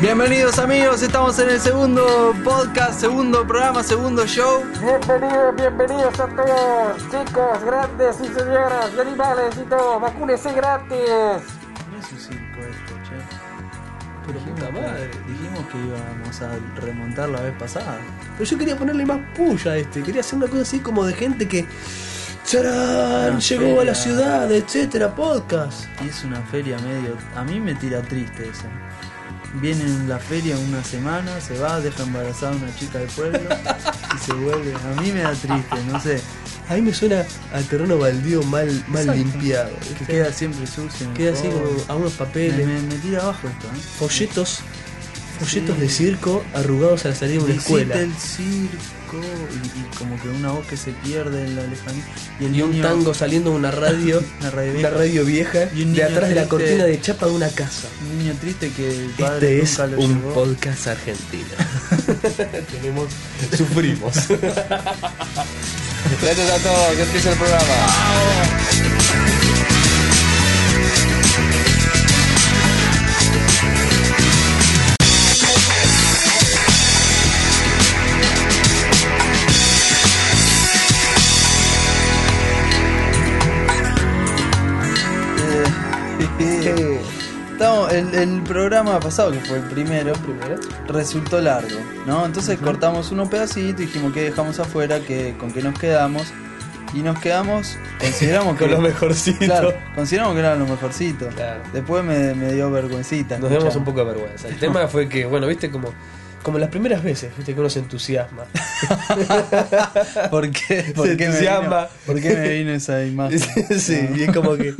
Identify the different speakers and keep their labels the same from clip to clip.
Speaker 1: Bienvenidos amigos, estamos en el segundo podcast, segundo programa, segundo show.
Speaker 2: Bienvenidos, bienvenidos a todos, chicos, grandes y señoras, y animales y todo, vacúnese gratis.
Speaker 3: No es un circo esto, che.
Speaker 1: Pero
Speaker 3: dijimos,
Speaker 1: puta
Speaker 3: que-
Speaker 1: madre.
Speaker 3: dijimos que íbamos a remontar la vez pasada. Pero yo quería ponerle más puya a este. Quería hacer una cosa así como de gente que. ¡Charán!
Speaker 1: Una
Speaker 3: Llegó a
Speaker 1: feria.
Speaker 3: la ciudad, etcétera, podcast.
Speaker 1: Y es una feria medio... A mí me tira triste eso. Vienen la feria una semana, se va, deja embarazada a una chica del pueblo y se vuelve. A mí me da triste, no sé.
Speaker 3: A mí me suena al terreno baldío mal, mal
Speaker 1: Exacto.
Speaker 3: limpiado.
Speaker 1: Que
Speaker 3: ¿viste?
Speaker 1: queda siempre sucio. en el
Speaker 3: Queda así
Speaker 1: fondo.
Speaker 3: como a unos papeles,
Speaker 1: Me, me- me tira abajo esto, ¿eh?
Speaker 3: folletos, folletos
Speaker 1: Sí.
Speaker 3: de circo arrugados al salir de una
Speaker 1: Visita
Speaker 3: escuela.
Speaker 1: el circo y, y como que una voz que se pierde en la lejanía. Y el
Speaker 3: Y un
Speaker 1: niño-
Speaker 3: tango saliendo de una radio,
Speaker 1: Una radio
Speaker 3: una
Speaker 1: vieja.
Speaker 3: radio vieja,
Speaker 1: Y un
Speaker 3: de
Speaker 1: niño
Speaker 3: atrás de la
Speaker 1: triste.
Speaker 3: cortina de chapa de una casa.
Speaker 1: Un niño triste que el padre
Speaker 3: Este es
Speaker 1: nunca lo
Speaker 3: un
Speaker 1: llevó.
Speaker 3: podcast argentino. Tenemos, sufrimos.
Speaker 2: Gracias a todos, que empiece el programa.
Speaker 1: Eh, Estamos, el, el programa pasado, que fue el primero, resultó largo, ¿no? Entonces cortamos unos pedacitos y dijimos que dejamos afuera, que, con qué nos quedamos. Y nos quedamos, consideramos que.
Speaker 3: Con lo mejorcito.
Speaker 1: Claro, consideramos que era lo mejorcito.
Speaker 4: Claro.
Speaker 1: Después me, me dio vergüencita.
Speaker 4: Nos demos
Speaker 1: escuchar.
Speaker 4: un poco de vergüenza. El tema fue que, bueno, viste como, como las primeras veces, viste que uno se entusiasma.
Speaker 1: ¿Por qué, por
Speaker 4: Se
Speaker 1: qué me vino,
Speaker 4: entusiasma.
Speaker 1: por qué me vino esa imagen?
Speaker 4: sí,
Speaker 1: No.
Speaker 4: y es como que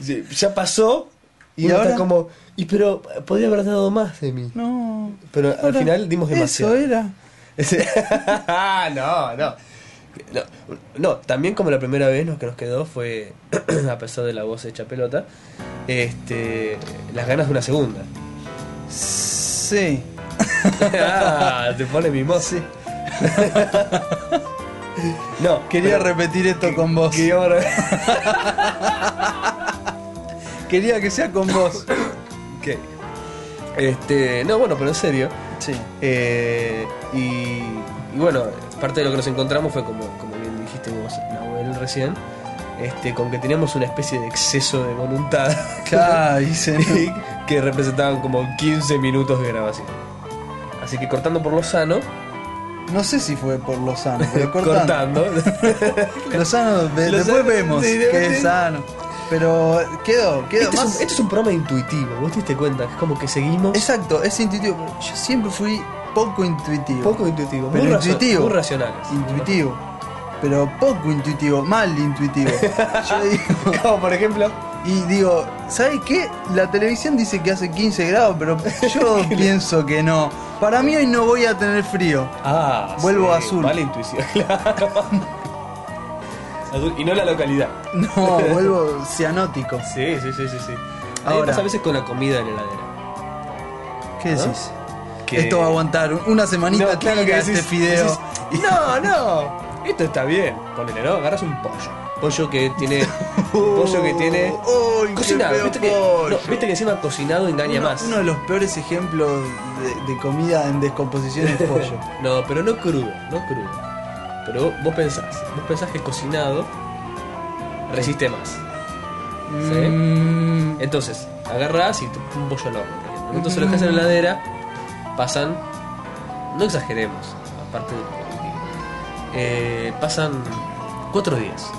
Speaker 4: sí, ya pasó y,
Speaker 1: ¿Y
Speaker 4: ahora
Speaker 1: ahora?
Speaker 4: como, y pero podría haber dado más de mí.
Speaker 1: No.
Speaker 4: Pero al
Speaker 1: Ahora,
Speaker 4: final dimos demasiado.
Speaker 1: Eso era.
Speaker 4: Ese- Ah, no, no. No, no, también como la primera vez nos, que nos quedó fue, a pesar de la voz hecha pelota, este, las ganas de una segunda.
Speaker 1: Sí.
Speaker 4: Ah, te pone mimoso. no,
Speaker 1: Quería
Speaker 4: pero-
Speaker 1: repetir esto con vos.
Speaker 4: quería re-
Speaker 1: Quería que sea con vos.
Speaker 4: Ok. Este, no, bueno, pero en serio.
Speaker 1: Sí.
Speaker 4: Eh, y, y bueno, parte de lo que nos encontramos fue como, como bien dijiste vos, Nahuel, recién, este, con que teníamos una especie de exceso de voluntad
Speaker 1: Claro, hice.
Speaker 4: que representaban como 15 minutos de grabación. Así que cortando por lo sano,
Speaker 1: No sé si fue por lo sano, pero cortando.
Speaker 4: cortando,
Speaker 1: Lo sano, de-
Speaker 4: Lo
Speaker 1: después
Speaker 4: sano,
Speaker 1: vemos
Speaker 4: sí,
Speaker 1: que
Speaker 4: de-
Speaker 1: es sano. Pero quedó, quedó
Speaker 4: Este, es
Speaker 1: más.
Speaker 4: un, este es un programa intuitivo, vos te diste cuenta, que es como que seguimos
Speaker 1: Exacto, es intuitivo. pero Yo siempre fui poco intuitivo.
Speaker 4: poco intuitivo,
Speaker 1: Pero
Speaker 4: muy, razo-
Speaker 1: intuitivo.
Speaker 4: muy racionales.
Speaker 1: intuitivo. Pero poco intuitivo, mal intuitivo. Yo digo,
Speaker 4: Como por ejemplo,
Speaker 1: y digo, ¿sabes qué? La televisión dice que hace 15 grados, pero yo pienso que no. Para mí hoy no voy a tener frío.
Speaker 4: Ah,
Speaker 1: Vuelvo azul.
Speaker 4: Mala intuición, claro. Azul, Y no la localidad.
Speaker 1: No, vuelvo cianótico.
Speaker 4: Sí, sí, sí, sí. sí. A mí
Speaker 1: Ahora.
Speaker 4: me pasa a veces con la comida en la heladera.
Speaker 1: ¿Qué
Speaker 4: ¿No?
Speaker 1: decís? Esto va a aguantar una semanita
Speaker 4: No, claro que
Speaker 1: tira
Speaker 4: decís-
Speaker 1: este fideo.
Speaker 4: decís, no, no. Esto está bien. Ponele, ¿no? Agarras un pollo. Pollo que tiene. un pollo que tiene.
Speaker 1: Oh, ¡Uy, Uh, qué
Speaker 4: Cocinado.
Speaker 1: feo
Speaker 4: Viste que,
Speaker 1: pollo!
Speaker 4: no, viste que encima cocinado engaña
Speaker 1: uno,
Speaker 4: más.
Speaker 1: uno de los peores ejemplos de, de comida en descomposición es pollo.
Speaker 4: No, pero no crudo, no crudo. Pero vos- vos pensás, vos pensás que cocinado resiste más. ¿Sí?
Speaker 1: Mm,
Speaker 4: Entonces, agarrás y te- un pollo al horno. por ejemplo. Entonces lo dejas en la heladera, pasan, no exageremos, aparte de eh, pasan cuatro días.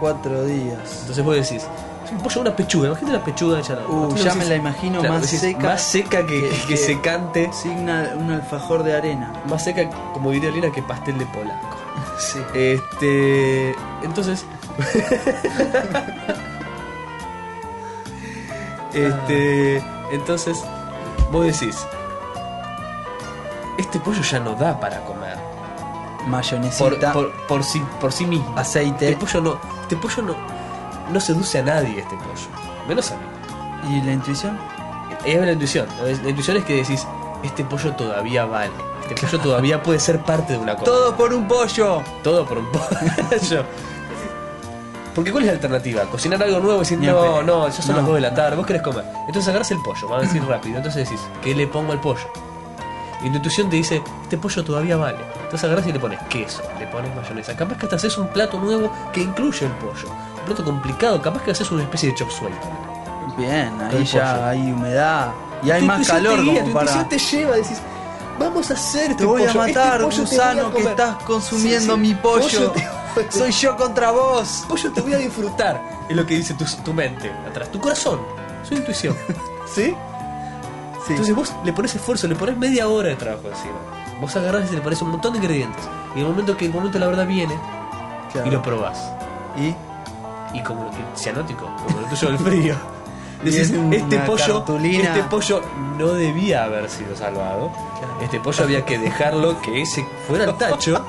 Speaker 1: cuatro días.
Speaker 4: Entonces vos decís, es un pollo, una pechuga, imagínate una pechuga hecha al horno.
Speaker 1: Uh,
Speaker 4: Entonces
Speaker 1: ya
Speaker 4: vos
Speaker 1: me
Speaker 4: decís,
Speaker 1: la imagino
Speaker 4: claro,
Speaker 1: más
Speaker 4: decís,
Speaker 1: seca.
Speaker 4: más seca que,
Speaker 1: que-
Speaker 4: que,
Speaker 1: que-
Speaker 4: secante,
Speaker 1: Signa un alfajor de arena.
Speaker 4: más seca, como diría Lina, que pastel de polaco.
Speaker 1: Sí.
Speaker 4: Este. Entonces. este.
Speaker 1: Ah.
Speaker 4: Entonces, vos decís. Este pollo ya no da para comer. Por,
Speaker 1: Mayonesita,
Speaker 4: por- por sí, por sí mismo. Este
Speaker 1: aceite
Speaker 4: pollo no. Este pollo no. No seduce a nadie este pollo. Menos a mí.
Speaker 1: y la intuición.
Speaker 4: Es la intuición. ¿no? Es- La intuición es que decís, este pollo todavía vale. Este pollo todavía puede ser parte de una cosa.
Speaker 1: Todo por un pollo.
Speaker 4: Todo por un pollo. Porque ¿cuál es la alternativa? Cocinar algo nuevo y decir,
Speaker 1: Ni
Speaker 4: no,
Speaker 1: a pe-
Speaker 4: no, ya son
Speaker 1: no.
Speaker 4: las 2 de la tarde, vos querés comer. Entonces agarras el pollo, van a decir rápido. Entonces decís, ¿qué le pongo al pollo? Y tu intuición te dice, este pollo todavía vale. Entonces agarras y le pones queso, le pones mayonesa. Capaz que hasta haces un plato nuevo que incluye el pollo. Un plato complicado, capaz que haces una especie de chop suey.
Speaker 1: Bien,
Speaker 4: Con
Speaker 1: ahí
Speaker 4: el pollo.
Speaker 1: ya hay humedad. Y hay
Speaker 3: Tu
Speaker 1: más
Speaker 3: intuición te
Speaker 1: calor
Speaker 3: guía,
Speaker 1: como
Speaker 3: tu
Speaker 1: para.
Speaker 3: intuición te lleva, decís, vamos a hacer
Speaker 1: Te
Speaker 3: este
Speaker 1: voy a
Speaker 3: pollo, este
Speaker 1: matar,
Speaker 3: pollo te voy a
Speaker 1: gusano, que
Speaker 3: comer".
Speaker 1: estás consumiendo
Speaker 3: Sí, sí,
Speaker 1: mi pollo.
Speaker 3: te-
Speaker 1: Soy yo contra vos.
Speaker 4: Pollo te voy a disfrutar, es lo que dice tu, tu mente atrás, tu corazón, su intuición.
Speaker 3: ¿Sí? Sí.
Speaker 4: Entonces vos le pones esfuerzo, le pones media hora de trabajo encima. Vos agarrás y le pones un montón de ingredientes. Y en el momento que el momento de la verdad viene
Speaker 1: Claro.
Speaker 4: y lo probás.
Speaker 1: Y
Speaker 4: Y como lo que cianótico, como lo tuyo del frío.
Speaker 1: Y
Speaker 4: Decís,
Speaker 1: es una
Speaker 4: este pollo,
Speaker 1: cartulina.
Speaker 4: este pollo no debía haber sido salvado.
Speaker 1: Claro.
Speaker 4: Este pollo había que dejarlo que ese fuera el tacho.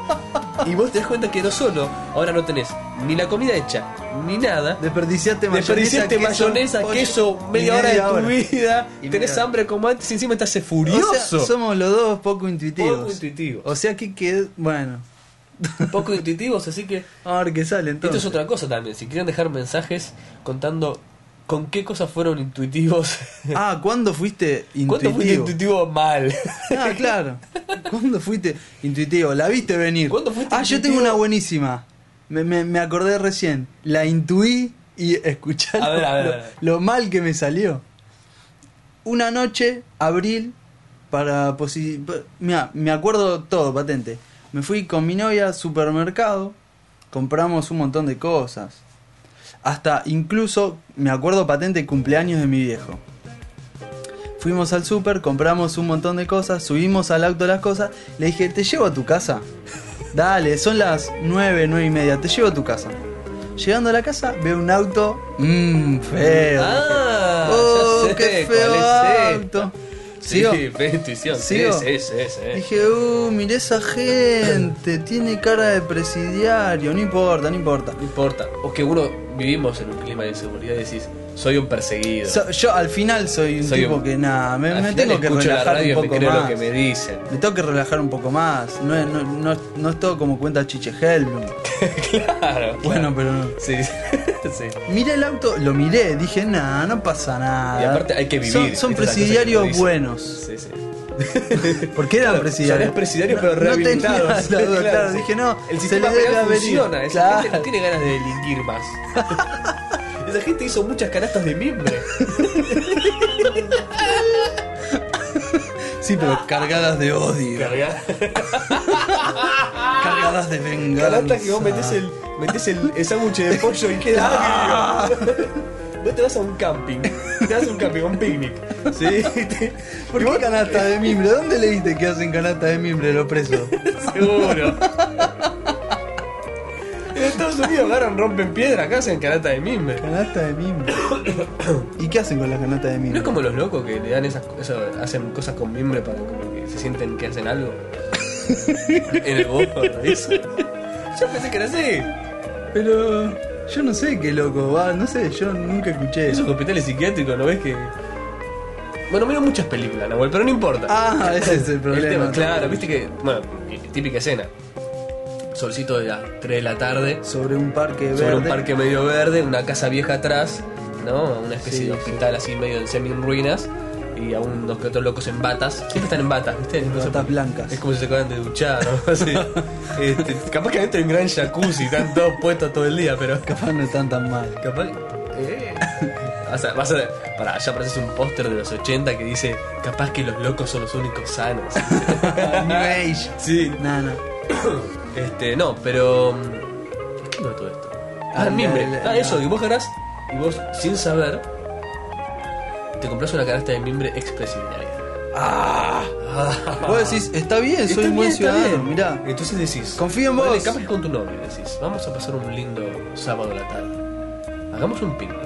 Speaker 4: Y vos te das cuenta que no solo ahora no tenés ni la comida hecha, ni nada,
Speaker 1: desperdiciaste mayonesa.
Speaker 4: Desperdiciaste
Speaker 1: queso,
Speaker 4: mayonesa,
Speaker 1: pollo,
Speaker 4: queso,
Speaker 1: y
Speaker 4: media hora de tu vida.
Speaker 1: Y
Speaker 4: Tenés
Speaker 1: media-
Speaker 4: hambre como antes y encima estás
Speaker 1: O sea,
Speaker 4: furioso.
Speaker 1: somos los dos poco intuitivos.
Speaker 4: Poco intuitivos.
Speaker 1: O sea que qued- Bueno,
Speaker 4: Poco intuitivos, así que.
Speaker 1: a ver qué sale
Speaker 4: Esto
Speaker 1: entonces.
Speaker 4: es otra cosa también. Si quieren dejar mensajes contando con qué cosas fueron intuitivos.
Speaker 1: Ah, ¿cuándo fuiste intuitivo?
Speaker 4: ¿Cuánto fuiste intuitivo mal?
Speaker 1: Ah, claro. ¿Cuándo fuiste intuitivo? La viste venir.
Speaker 4: ¿Cuándo fuiste
Speaker 1: ah, yo tengo
Speaker 4: intuitivo?
Speaker 1: una buenísima. Me, me- me acordé recién. La intuí y escuchá
Speaker 4: A ver,
Speaker 1: lo,
Speaker 4: a ver,
Speaker 1: lo-
Speaker 4: a ver.
Speaker 1: lo mal que me salió. Una noche, abril, para... posi- pa- Mira, me acuerdo todo, patente. Me fui con mi novia al supermercado, compramos un montón de cosas. Hasta incluso, me acuerdo patente, cumpleaños de mi viejo. Fuimos al super, compramos un montón de cosas, subimos al auto las cosas. Le dije, te llevo a tu casa. Dale, son las 9, 9 y media, te llevo a tu casa. Llegando a la casa, veo un auto. Mmm, feo.
Speaker 4: Ah,
Speaker 1: oh,
Speaker 4: ya sé
Speaker 1: qué
Speaker 4: cuál
Speaker 1: feo
Speaker 4: es esta.
Speaker 1: auto.
Speaker 4: Sí,
Speaker 1: Sigo.
Speaker 4: fue intuición. Sí,
Speaker 1: ¿Sigo?
Speaker 4: sí, sí, sí.
Speaker 1: Dije, uh, mirá esa gente, tiene cara de presidiario, no importa, no importa.
Speaker 4: No importa. O que uno vivimos en un clima de inseguridad y decís, soy un perseguido.
Speaker 1: So- yo al final soy un
Speaker 4: Soy
Speaker 1: tipo
Speaker 4: un-
Speaker 1: que nada, me,
Speaker 4: Al
Speaker 1: me
Speaker 4: final
Speaker 1: tengo que
Speaker 4: escucho la
Speaker 1: relajar
Speaker 4: radio y
Speaker 1: un
Speaker 4: me
Speaker 1: poco
Speaker 4: creo
Speaker 1: más.
Speaker 4: lo que me dicen.
Speaker 1: Me tengo que relajar un poco más. No, es- no, no, no es todo como cuenta Chiche Hellblum.
Speaker 4: Claro.
Speaker 1: Bueno,
Speaker 4: claro.
Speaker 1: pero no.
Speaker 4: Sí, sí.
Speaker 1: Miré el auto, lo miré, dije, nah, no pasa nada.
Speaker 4: Y aparte hay que vivir.
Speaker 1: Ah. Son, son
Speaker 4: Esta es la cosa que uno
Speaker 1: presidiarios
Speaker 4: dice.
Speaker 1: buenos.
Speaker 4: Sí, sí.
Speaker 1: Porque eran
Speaker 4: Claro,
Speaker 1: presidiarios.
Speaker 4: son presidiarios, pero rehabilitados.
Speaker 1: eh. No tenía la duda, claro,
Speaker 4: sí.
Speaker 1: dije, no,
Speaker 4: El
Speaker 1: se
Speaker 4: sistema
Speaker 1: le debe
Speaker 4: penal
Speaker 1: haber ido.
Speaker 4: funciona. Esa
Speaker 1: Claro.
Speaker 4: gente no tiene ganas de delinquir más. Esa gente hizo muchas canastas de mimbre.
Speaker 1: Sí, pero cargadas de odio,
Speaker 4: Cargar.
Speaker 1: cargadas de venganza.
Speaker 4: Canastas que vos metés el, metés el, el sándwich de pollo y queda. Vos te vas a un camping. Te vas a un camping, a un picnic.
Speaker 1: Sí. ¿Por qué canasta de mimbre? ¿Dónde leíste que hacen canasta de mimbre los presos?
Speaker 4: Seguro. En Estados Unidos agarran, rompen piedra, acá hacen canasta de mimbre.
Speaker 1: Canasta de mimbre. ¿Y qué hacen con las canastas de
Speaker 4: ¿No
Speaker 1: mimbre?
Speaker 4: es como los locos que le dan esas cosas, hacen cosas con mimbre para como que se sienten que hacen algo? en el bosco, eso. Yo pensé que era así.
Speaker 1: Pero yo no sé qué loco, va, no sé, yo nunca escuché
Speaker 4: Esos
Speaker 1: eso.
Speaker 4: hospitales psiquiátricos, ¿no ves que...? Bueno, miro muchas películas, Nahuel, pero no importa.
Speaker 1: Ah, ese es el problema.
Speaker 4: tema, claro, viste que... Bueno, típica escena. Solcito de las 3 de la tarde,
Speaker 1: Sobre un parque verde.
Speaker 4: sobre un parque medio verde, una casa vieja atrás, ¿no? Una especie
Speaker 1: Sí,
Speaker 4: de
Speaker 1: sí.
Speaker 4: hospital así medio en semi en ruinas y a unos que otros locos en batas. Siempre están en batas, ¿viste? No sé
Speaker 1: Batas
Speaker 4: por qué.
Speaker 1: blancas.
Speaker 4: Es como si se acaban de duchar, ¿no? Así. Este, capaz que adentro hay un gran jacuzzi, están todos puestos todo el día, pero
Speaker 1: Capaz no están tan mal.
Speaker 4: capaz. eh. Vas a, vas a, para allá apareces un póster de los 80 que dice: Capaz que los locos son los únicos sanos.
Speaker 1: New Age.
Speaker 4: sí,
Speaker 1: Nah, nah.
Speaker 4: este, no, pero. mm, ¿Qué no todo esto? Ah,
Speaker 1: Ah,
Speaker 4: el mimbre.
Speaker 1: el- el-
Speaker 4: ah, eso,
Speaker 1: ah.
Speaker 4: y vos ganás, y vos, sin saber, te compras una canasta de mimbre expresidiaria. ¡Ah!
Speaker 1: Vos decís, está bien, soy
Speaker 4: Está
Speaker 1: un buen
Speaker 4: bien, está
Speaker 1: ciudadano,
Speaker 4: bien.
Speaker 1: mirá.
Speaker 4: Entonces decís.
Speaker 1: Confío en
Speaker 4: ponele,
Speaker 1: vos.
Speaker 4: Capaz que con tu novio decís, vamos a pasar un lindo sábado a la tarde. Hagamos un picnic.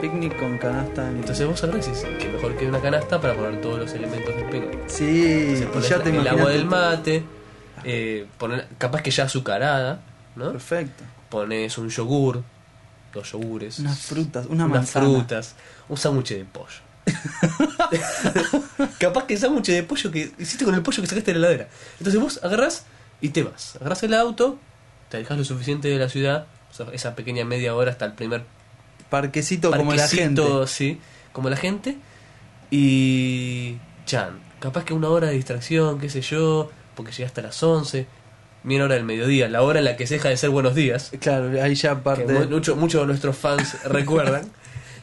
Speaker 1: Picnic con canasta de mimbre.
Speaker 4: Entonces vos sabrás y decís, que mejor que una canasta para poner todos los elementos del picnic.
Speaker 1: Sí,
Speaker 4: Entonces
Speaker 1: y
Speaker 4: ponés
Speaker 1: ya
Speaker 4: la-
Speaker 1: te
Speaker 4: el agua del
Speaker 1: imagino.
Speaker 4: mate, eh, poner, capaz que ya azucarada, ¿no?
Speaker 1: Perfecto.
Speaker 4: pones un yogur, dos yogures,
Speaker 1: Unas frutas, una
Speaker 4: unas
Speaker 1: manzana.
Speaker 4: frutas, un sándwich de pollo. Capaz que el sándwich de pollo que hiciste con el pollo que sacaste de la heladera. Entonces vos agarrás y te vas. Agarrás el auto, te alejás lo suficiente de la ciudad, eso- esa pequeña media hora hasta el primer
Speaker 1: Parquecito, como la gente.
Speaker 4: parquecito, sí, como la gente. Y. Chan, capaz que una hora de distracción, qué sé yo, porque llegué hasta las 11, bien hora del mediodía, la hora en la que se deja de ser buenos días.
Speaker 1: Claro, ahí ya
Speaker 4: que
Speaker 1: parte.
Speaker 4: mu- mucho- muchos de nuestros fans recuerdan.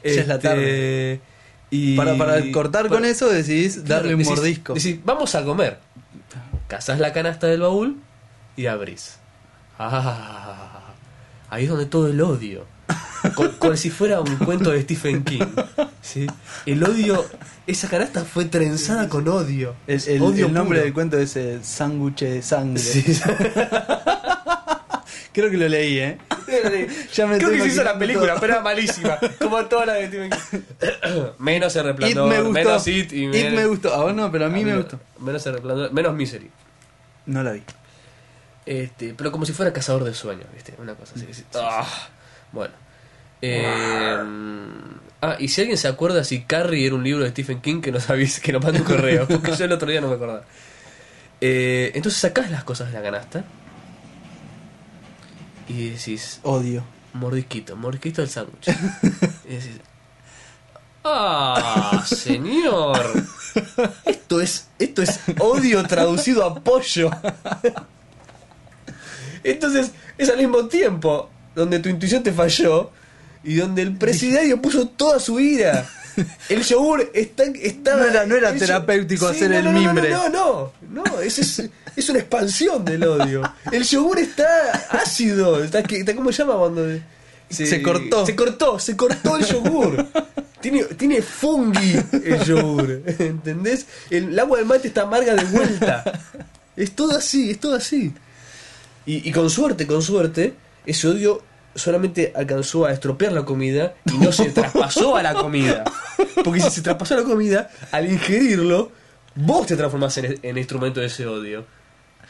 Speaker 1: Ya es la
Speaker 4: tarde. Y,
Speaker 1: Para, para cortar con
Speaker 4: Bueno,
Speaker 1: eso decidís
Speaker 4: claro,
Speaker 1: darle un
Speaker 4: decís-
Speaker 1: mordisco.
Speaker 4: Decís, vamos a comer. Cazás la canasta del baúl y abrís. Ah, ahí es donde todo el odio. Co- Como si fuera un cuento de Stephen King. ¿sí? El odio, esa canasta fue trenzada con odio.
Speaker 1: el, el-
Speaker 4: Odio
Speaker 1: el nombre
Speaker 4: puro.
Speaker 1: del cuento es eh, Sándwich de Sangre.
Speaker 4: Sí.
Speaker 1: Creo que lo leí, ¿eh? Ya me estoy
Speaker 4: Creo que se hizo
Speaker 1: imaginando
Speaker 4: la película,
Speaker 1: todo.
Speaker 4: pero era malísima. Como todas las de Stephen King. menos el
Speaker 1: It
Speaker 4: resplandor,
Speaker 1: me gustó.
Speaker 4: menos It y
Speaker 1: It
Speaker 4: menos-
Speaker 1: me gustó. A vos no, pero a mí me
Speaker 4: no-
Speaker 1: gustó.
Speaker 4: Menos el resplandor, menos Misery.
Speaker 1: No la vi.
Speaker 4: Este, pero como si fuera cazador de sueños, ¿viste? Una cosa así. que sí. Ah, bueno. Eh, ah, y si alguien se acuerda si Carrie era un libro de Stephen King, que nos avise, que nos mande un correo, porque yo el otro día no me acordaba. Eh, entonces sacás las cosas de la canasta y decís,
Speaker 1: Odio.
Speaker 4: mordisquito, mordisquito del sándwich. y decís, ¡Ah, señor! Esto es, esto es odio traducido a pollo. Entonces, es al mismo tiempo donde tu intuición te falló y donde el presidiario puso toda su ira. El yogur está, estaba-
Speaker 1: No era- no era
Speaker 4: el yo-
Speaker 1: terapéutico hacer
Speaker 4: no,
Speaker 1: el
Speaker 4: no, no,
Speaker 1: mimbre.
Speaker 4: No, no, no, no, es, es- es una expansión del odio. El yogur está ácido, está, que- está- ¿cómo se llama cuando
Speaker 1: Se cortó.
Speaker 4: Se cortó, se cortó el yogur. Tiene, tiene fungi el yogur, ¿entendés? El, el agua del mate está amarga de vuelta. Es todo así, es todo así. Y, y con suerte, con suerte, ese odio solamente alcanzó a estropear la comida y no se traspasó a la comida. Porque si se traspasó a la comida, al ingerirlo, vos te transformás en, en instrumento de ese odio.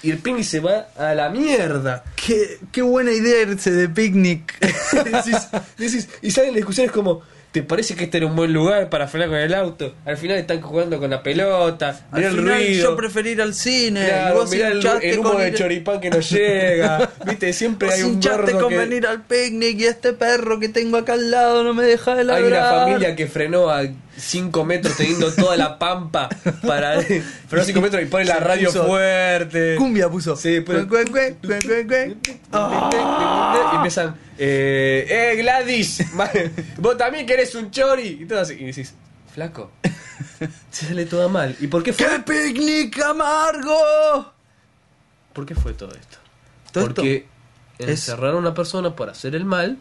Speaker 4: Y el pini se va a la mierda.
Speaker 1: Qué, qué buena idea irse de picnic.
Speaker 4: Decís- decís- y salen las discusiones como, ¿te parece que este era un buen lugar para frenar con el auto? Al final están jugando con la pelota,
Speaker 1: Al
Speaker 4: mirá el
Speaker 1: final,
Speaker 4: ruido.
Speaker 1: yo preferí ir al cine. y
Speaker 4: Claro,
Speaker 1: vos
Speaker 4: mirá el,
Speaker 1: hinchaste
Speaker 4: el humo
Speaker 1: con
Speaker 4: de
Speaker 1: ir-
Speaker 4: choripán que nos llega. Viste, siempre
Speaker 1: vos
Speaker 4: hay un
Speaker 1: hinchaste
Speaker 4: gordo
Speaker 1: con
Speaker 4: que-
Speaker 1: venir al picnic y este perro que tengo acá al lado no me deja de
Speaker 4: Hay
Speaker 1: ladrar.
Speaker 4: una familia que frenó a 5 metros teniendo toda la pampa para. frenó 5 metros y pone la
Speaker 1: Se
Speaker 4: radio
Speaker 1: puso-
Speaker 4: fuerte.
Speaker 1: Cumbia puso.
Speaker 4: Sí, pero-
Speaker 1: Cuen, cuen, cuen, cuen, cuen, cuen.
Speaker 4: Ah. Y empiezan, eh, eh Gladys, ma- vos también querés un chori. Y todo así. Y decís, flaco, se sale todo mal. ¿Y por qué fue,
Speaker 1: ¡Qué picnic amargo!
Speaker 4: por qué fue todo esto?
Speaker 1: Todo esto
Speaker 4: Porque
Speaker 1: es-
Speaker 4: encerraron a una persona por hacer el mal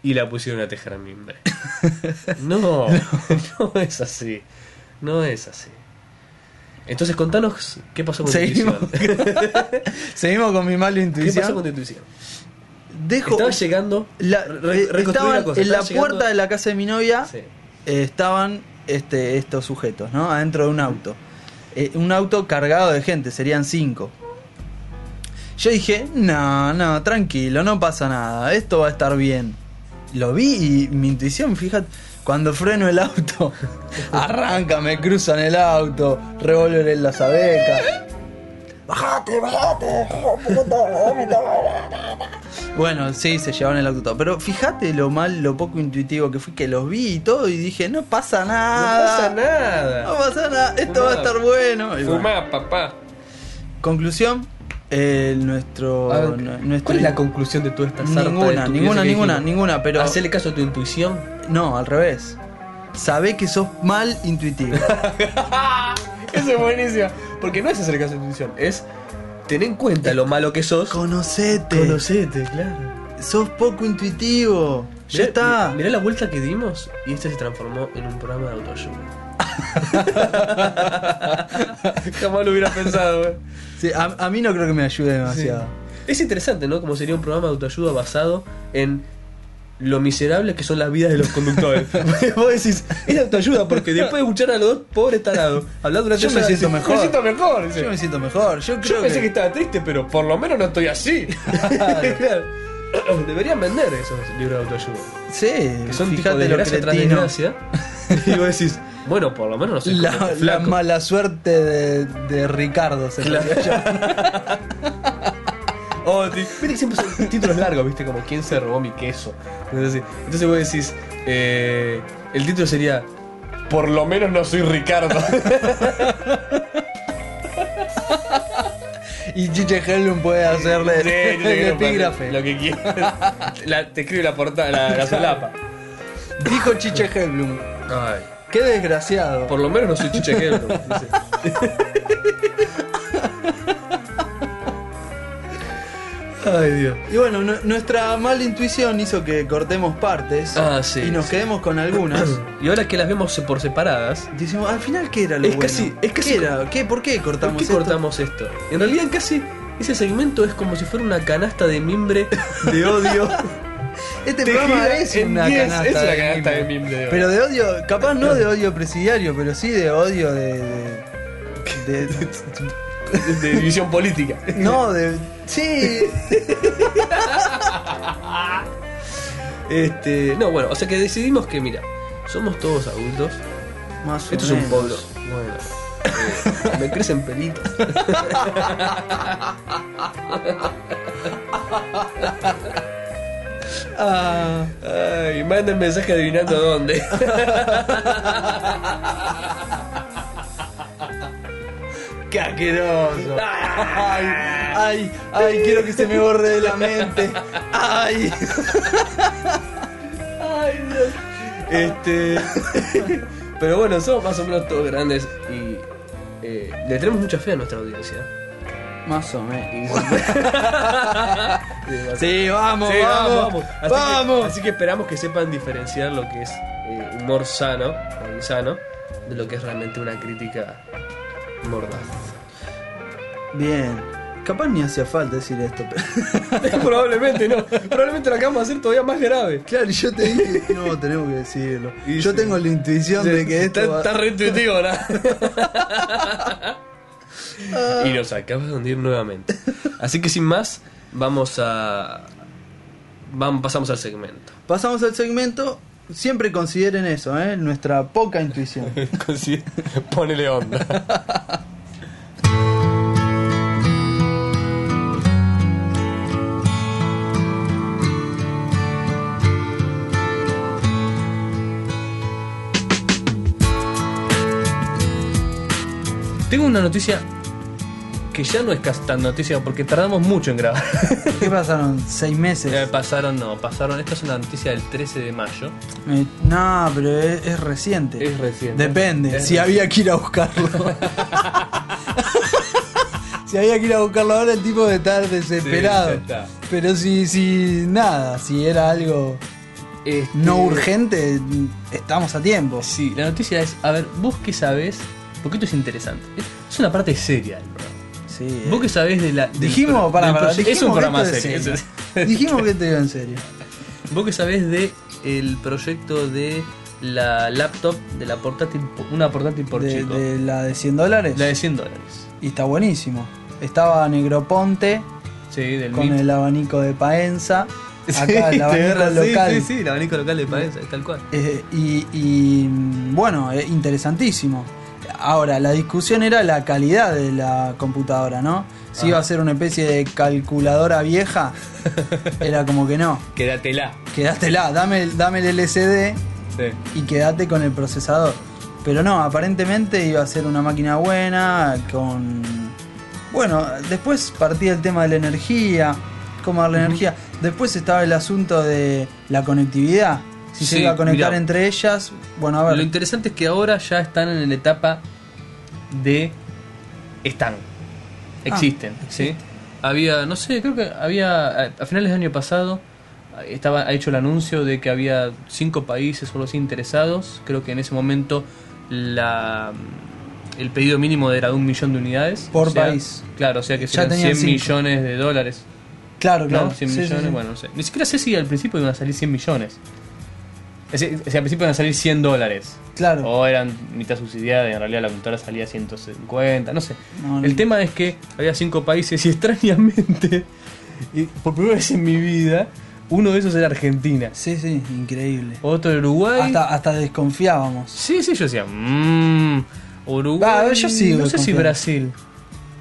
Speaker 4: y la pusieron a tejer a mimbre. no, no es así. No es así. Entonces contanos qué pasó con
Speaker 1: Seguimos.
Speaker 4: tu intuición.
Speaker 1: Seguimos con mi mala
Speaker 4: ¿Qué pasó
Speaker 1: intuición.
Speaker 4: con tu intuición?
Speaker 1: Dejo.
Speaker 4: Estaba llegando
Speaker 1: la-
Speaker 4: re-
Speaker 1: eh,
Speaker 4: reconstruí
Speaker 1: estaban
Speaker 4: la cosa,
Speaker 1: en la
Speaker 4: estaba llegando-
Speaker 1: puerta de la casa de mi novia.
Speaker 4: Sí.
Speaker 1: eh, estaban este, estos sujetos, ¿no? Adentro de un auto. Eh, un auto cargado de gente, serían cinco. Yo dije, no, no, tranquilo, no pasa nada, esto va a estar bien. Lo vi y mi intuición, fíjate, cuando freno el auto, arranca, me cruzan el auto, revólver en las abecas. ¡Bajate, bajate! hijo de puta, dame todo. Bueno, sí, se llevaron el auto todo. Pero fíjate lo mal, lo poco intuitivo que fui, que los vi y todo, y dije, no pasa
Speaker 4: No
Speaker 1: nada.
Speaker 4: pasa nada.
Speaker 1: No pasa nada, esto va a
Speaker 4: Fumá.
Speaker 1: estar bueno. Y bueno.
Speaker 4: Fumá, papá.
Speaker 1: Conclusión, eh, nuestro,
Speaker 4: A ver,
Speaker 1: nu- nuestro-
Speaker 4: ¿Cuál es la conclusión de toda esta sarta
Speaker 1: Ninguna,
Speaker 4: de tu
Speaker 1: ninguna,
Speaker 4: que
Speaker 1: ninguna,
Speaker 4: dijimos?
Speaker 1: ninguna, pero
Speaker 4: Hacele caso a tu intuición.
Speaker 1: no, al revés. Sabé que sos mal intuitivo.
Speaker 4: Eso es buenísimo. Porque no es hacer caso a tu intuición, es tener en cuenta lo malo que sos.
Speaker 1: Conocete,
Speaker 4: Conocete, claro.
Speaker 1: sos poco intuitivo. Ya
Speaker 4: Mirá-
Speaker 1: está.
Speaker 4: mi- Mirá la vuelta que dimos y este se transformó en un programa de autoayuda. Jamás lo hubiera pensado, eh.
Speaker 1: Sí, a, a mí no creo que me ayude
Speaker 4: Sí.
Speaker 1: demasiado.
Speaker 4: Es interesante, ¿no? Como sería un programa de autoayuda basado en lo miserables que son las vidas de los conductores. Vos decís, es autoayuda porque después de escuchar a los dos pobres tarados hablando durante
Speaker 1: Yo me
Speaker 4: una hora,
Speaker 1: siento
Speaker 4: decís,
Speaker 1: mejor.
Speaker 4: Me siento mejor. dice.
Speaker 1: Yo me siento mejor. Yo
Speaker 4: Yo
Speaker 1: creo
Speaker 4: pensé que...
Speaker 1: que...
Speaker 4: estaba triste, pero por lo menos no estoy así. Claro. Deberían vender esos libros de autoayuda.
Speaker 1: sí,
Speaker 4: Que son tipo
Speaker 1: fíjate
Speaker 4: de
Speaker 1: lo
Speaker 4: gracia tras
Speaker 1: cretino.
Speaker 4: desgracia. Y vos decís, bueno, por lo menos no soy como
Speaker 1: La,
Speaker 4: este
Speaker 1: la
Speaker 4: flaco.
Speaker 1: mala suerte de, de Ricardo se
Speaker 4: Claro.
Speaker 1: lo digo yo.
Speaker 4: O Viste oh, que siempre son títulos largos, viste, como ¿Quién se robó mi queso? Entonces, así. entonces vos decís, eh, el título sería Por lo menos no soy Ricardo.
Speaker 1: Y Chiche Hellum puede hacerle
Speaker 4: Sí,
Speaker 1: el
Speaker 4: yo quiero
Speaker 1: epígrafe.
Speaker 4: poner Lo que quieras. La- te escribe la portada, la, la solapa.
Speaker 1: Dijo Chiche Hellum.
Speaker 4: Ay,
Speaker 1: Qué desgraciado.
Speaker 4: por lo menos no soy chichequero. dice.
Speaker 1: Ay, Dios. Y bueno, nu- nuestra mala intuición hizo que cortemos partes
Speaker 4: Ah, sí,
Speaker 1: y nos
Speaker 4: sí.
Speaker 1: quedemos con algunas.
Speaker 4: Y ahora que las vemos por separadas,
Speaker 1: Decimos, al final, ¿qué era lo
Speaker 4: Es
Speaker 1: bueno?
Speaker 4: casi- es casi
Speaker 1: ¿Qué era? ¿Qué? ¿Por qué
Speaker 4: ¿por
Speaker 1: cortamos
Speaker 4: qué
Speaker 1: esto?
Speaker 4: cortamos esto? En realidad casi ese segmento es como si fuera una canasta de mimbre de odio.
Speaker 1: Este
Speaker 4: Tejida
Speaker 1: programa es
Speaker 4: en
Speaker 1: una
Speaker 4: 10,
Speaker 1: canasta,
Speaker 4: es una
Speaker 1: de
Speaker 4: canasta de
Speaker 1: mimbre.
Speaker 4: mimbre, de
Speaker 1: Pero de odio, capaz no de odio presidiario, pero sí de odio de... de- de-
Speaker 4: de división política.
Speaker 1: no, de... Sí.
Speaker 4: Este, no, bueno, o sea que decidimos que, mira, somos todos adultos.
Speaker 1: Más o
Speaker 4: Esto es un
Speaker 1: menos.
Speaker 4: pueblo. Bueno, eh, me crecen pelitos.
Speaker 1: Ah,
Speaker 4: Ay, manden mensaje adivinando dónde.
Speaker 1: ¡Qué asqueroso!
Speaker 4: Ah.
Speaker 1: ¡Ay! ¡Ay! ¡Ay! Quiero que se me borre de la mente. ¡Ay!
Speaker 4: Ay, Dios. Este. Pero bueno, somos más o menos todos grandes y. eh, le tenemos mucha fe a nuestra audiencia.
Speaker 1: Más o menos.
Speaker 4: Y-
Speaker 1: Sí, vamos,
Speaker 4: Sí,
Speaker 1: vamos,
Speaker 4: vamos.
Speaker 1: vamos.
Speaker 4: Así, Que, así que esperamos que sepan diferenciar lo que es eh, humor sano o insano de lo que es realmente una crítica mordaz.
Speaker 1: Bien. Capaz ni hacía falta decir esto, pero.
Speaker 4: Probablemente no. Probablemente lo acabamos de hacer todavía más grave.
Speaker 1: Claro, yo te dije, no, tenemos que decirlo.
Speaker 4: Y
Speaker 1: yo
Speaker 4: sí.
Speaker 1: tengo la intuición de que esto.
Speaker 4: Está,
Speaker 1: va-
Speaker 4: está re intuitivo, ¿verdad?
Speaker 1: Ah.
Speaker 4: y nos acabas de hundir nuevamente. Así que sin más, vamos a. Vamos, pasamos al segmento.
Speaker 1: Pasamos al segmento. Siempre consideren eso, ¿eh? Nuestra poca intuición.
Speaker 4: Consi- Ponele onda. Tengo una noticia que ya no es casi tan noticia porque tardamos mucho en grabar.
Speaker 1: ¿Qué pasaron? ¿Seis meses?
Speaker 4: Eh, pasaron, no, pasaron. Esta es una noticia del 13 de mayo.
Speaker 1: Eh, no, pero es, es reciente.
Speaker 4: Es reciente.
Speaker 1: Depende,
Speaker 4: Es
Speaker 1: si
Speaker 4: reciente.
Speaker 1: había que ir a buscarlo. si había que ir a buscarlo ahora, el tipo de estar desesperado.
Speaker 4: Sí, ya está.
Speaker 1: pero si, si nada, si era algo
Speaker 4: Este-
Speaker 1: no urgente, estamos a tiempo.
Speaker 4: Sí, la noticia es, a ver, vos qué sabés, porque esto es interesante. Es una parte seria del programa.
Speaker 1: Sí,
Speaker 4: Vos
Speaker 1: eh.
Speaker 4: qué sabés de la... del
Speaker 1: Dijimos,
Speaker 4: pro-
Speaker 1: para,
Speaker 4: del
Speaker 1: para,
Speaker 4: proye- es un programa serio.
Speaker 1: serio.
Speaker 4: eso
Speaker 1: Dijimos que te iba en serio.
Speaker 4: es. Vos qué sabés de el proyecto de la laptop, de la portátil, po- una portátil por
Speaker 1: de,
Speaker 4: chico.
Speaker 1: de la de 100 dólares.
Speaker 4: La de 100 dólares.
Speaker 1: Y está buenísimo. Estaba Negroponte
Speaker 4: Sí, del
Speaker 1: con
Speaker 4: Meet.
Speaker 1: el abanico de Paenza. Acá
Speaker 4: Sí,
Speaker 1: el
Speaker 4: te agarra-
Speaker 1: abanico
Speaker 4: sí,
Speaker 1: local.
Speaker 4: Sí, sí, el abanico local de Paenza, tal cual.
Speaker 1: Eh, y, y, mm, bueno, eh, interesantísimo. Ahora, la discusión era la calidad de la computadora, ¿no? Si iba a ser una especie de calculadora vieja, era como que no.
Speaker 4: Quédatela.
Speaker 1: Quédatela, dame, el- dame el LCD
Speaker 4: Sí.
Speaker 1: y quédate con el procesador. Pero no, aparentemente iba a ser una máquina buena, con... Bueno, después partía el tema de la energía, cómo dar la energía. Después estaba el asunto de la conectividad, si se
Speaker 4: Sí,
Speaker 1: iba a conectar
Speaker 4: mirá.
Speaker 1: entre ellas. Bueno, a
Speaker 4: Lo
Speaker 1: ver,
Speaker 4: interesante es que ahora ya están en la etapa de están.
Speaker 1: Ah,
Speaker 4: Existen, ¿sí? Había, no sé, creo que había a a finales del año pasado estaba ha hecho el anuncio de que había cinco países o los interesados. Creo que en ese momento la el pedido mínimo era de un millón de unidades
Speaker 1: Por
Speaker 4: o sea,
Speaker 1: país.
Speaker 4: Claro, o sea que
Speaker 1: Ya
Speaker 4: serían
Speaker 1: tenían
Speaker 4: 100
Speaker 1: cinco.
Speaker 4: millones de dólares.
Speaker 1: claro, claro.
Speaker 4: ¿no? 100
Speaker 1: Sí, sí,
Speaker 4: millones,
Speaker 1: sí.
Speaker 4: bueno, no sé. Ni siquiera sé si al principio iban a salir 100 millones. Es decir, o sea, al principio iban a salir 100 dólares.
Speaker 1: Claro.
Speaker 4: O eran mitad subsidiada y en realidad la computadora salía a 150, no sé.
Speaker 1: No, no.
Speaker 4: El tema es que había cinco países y extrañamente, y por primera vez en mi vida, uno de esos era Argentina.
Speaker 1: Sí, sí, increíble.
Speaker 4: Otro era Uruguay.
Speaker 1: Hasta, hasta desconfiábamos.
Speaker 4: Sí, sí, yo decía, mmm, Uruguay.
Speaker 1: Ah, yo sí,
Speaker 4: no sé si
Speaker 1: confío.
Speaker 4: Brasil.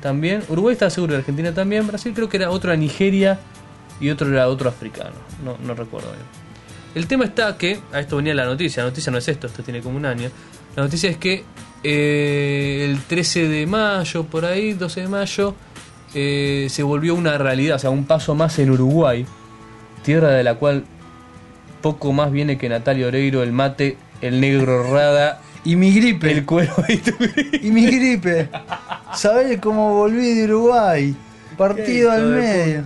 Speaker 4: también. Uruguay estaba seguro, Argentina también. Brasil creo que era otro a Nigeria y otro era otro africano. No, no recuerdo bien. El tema está que, a esto venía la noticia, la noticia no es esto, esto tiene como un año. La noticia es que eh, el 13 de mayo, por ahí, 12 de mayo, eh, se volvió una realidad, o sea, un paso más en Uruguay, tierra de la cual poco más viene que Natalia Oreiro, el mate, el negro Rada,
Speaker 1: Y mi gripe.
Speaker 4: el cuero y tu
Speaker 1: Y mi gripe. ¿Sabés cómo volví de Uruguay? Partido
Speaker 4: Qué
Speaker 1: al
Speaker 4: hijo de
Speaker 1: medio.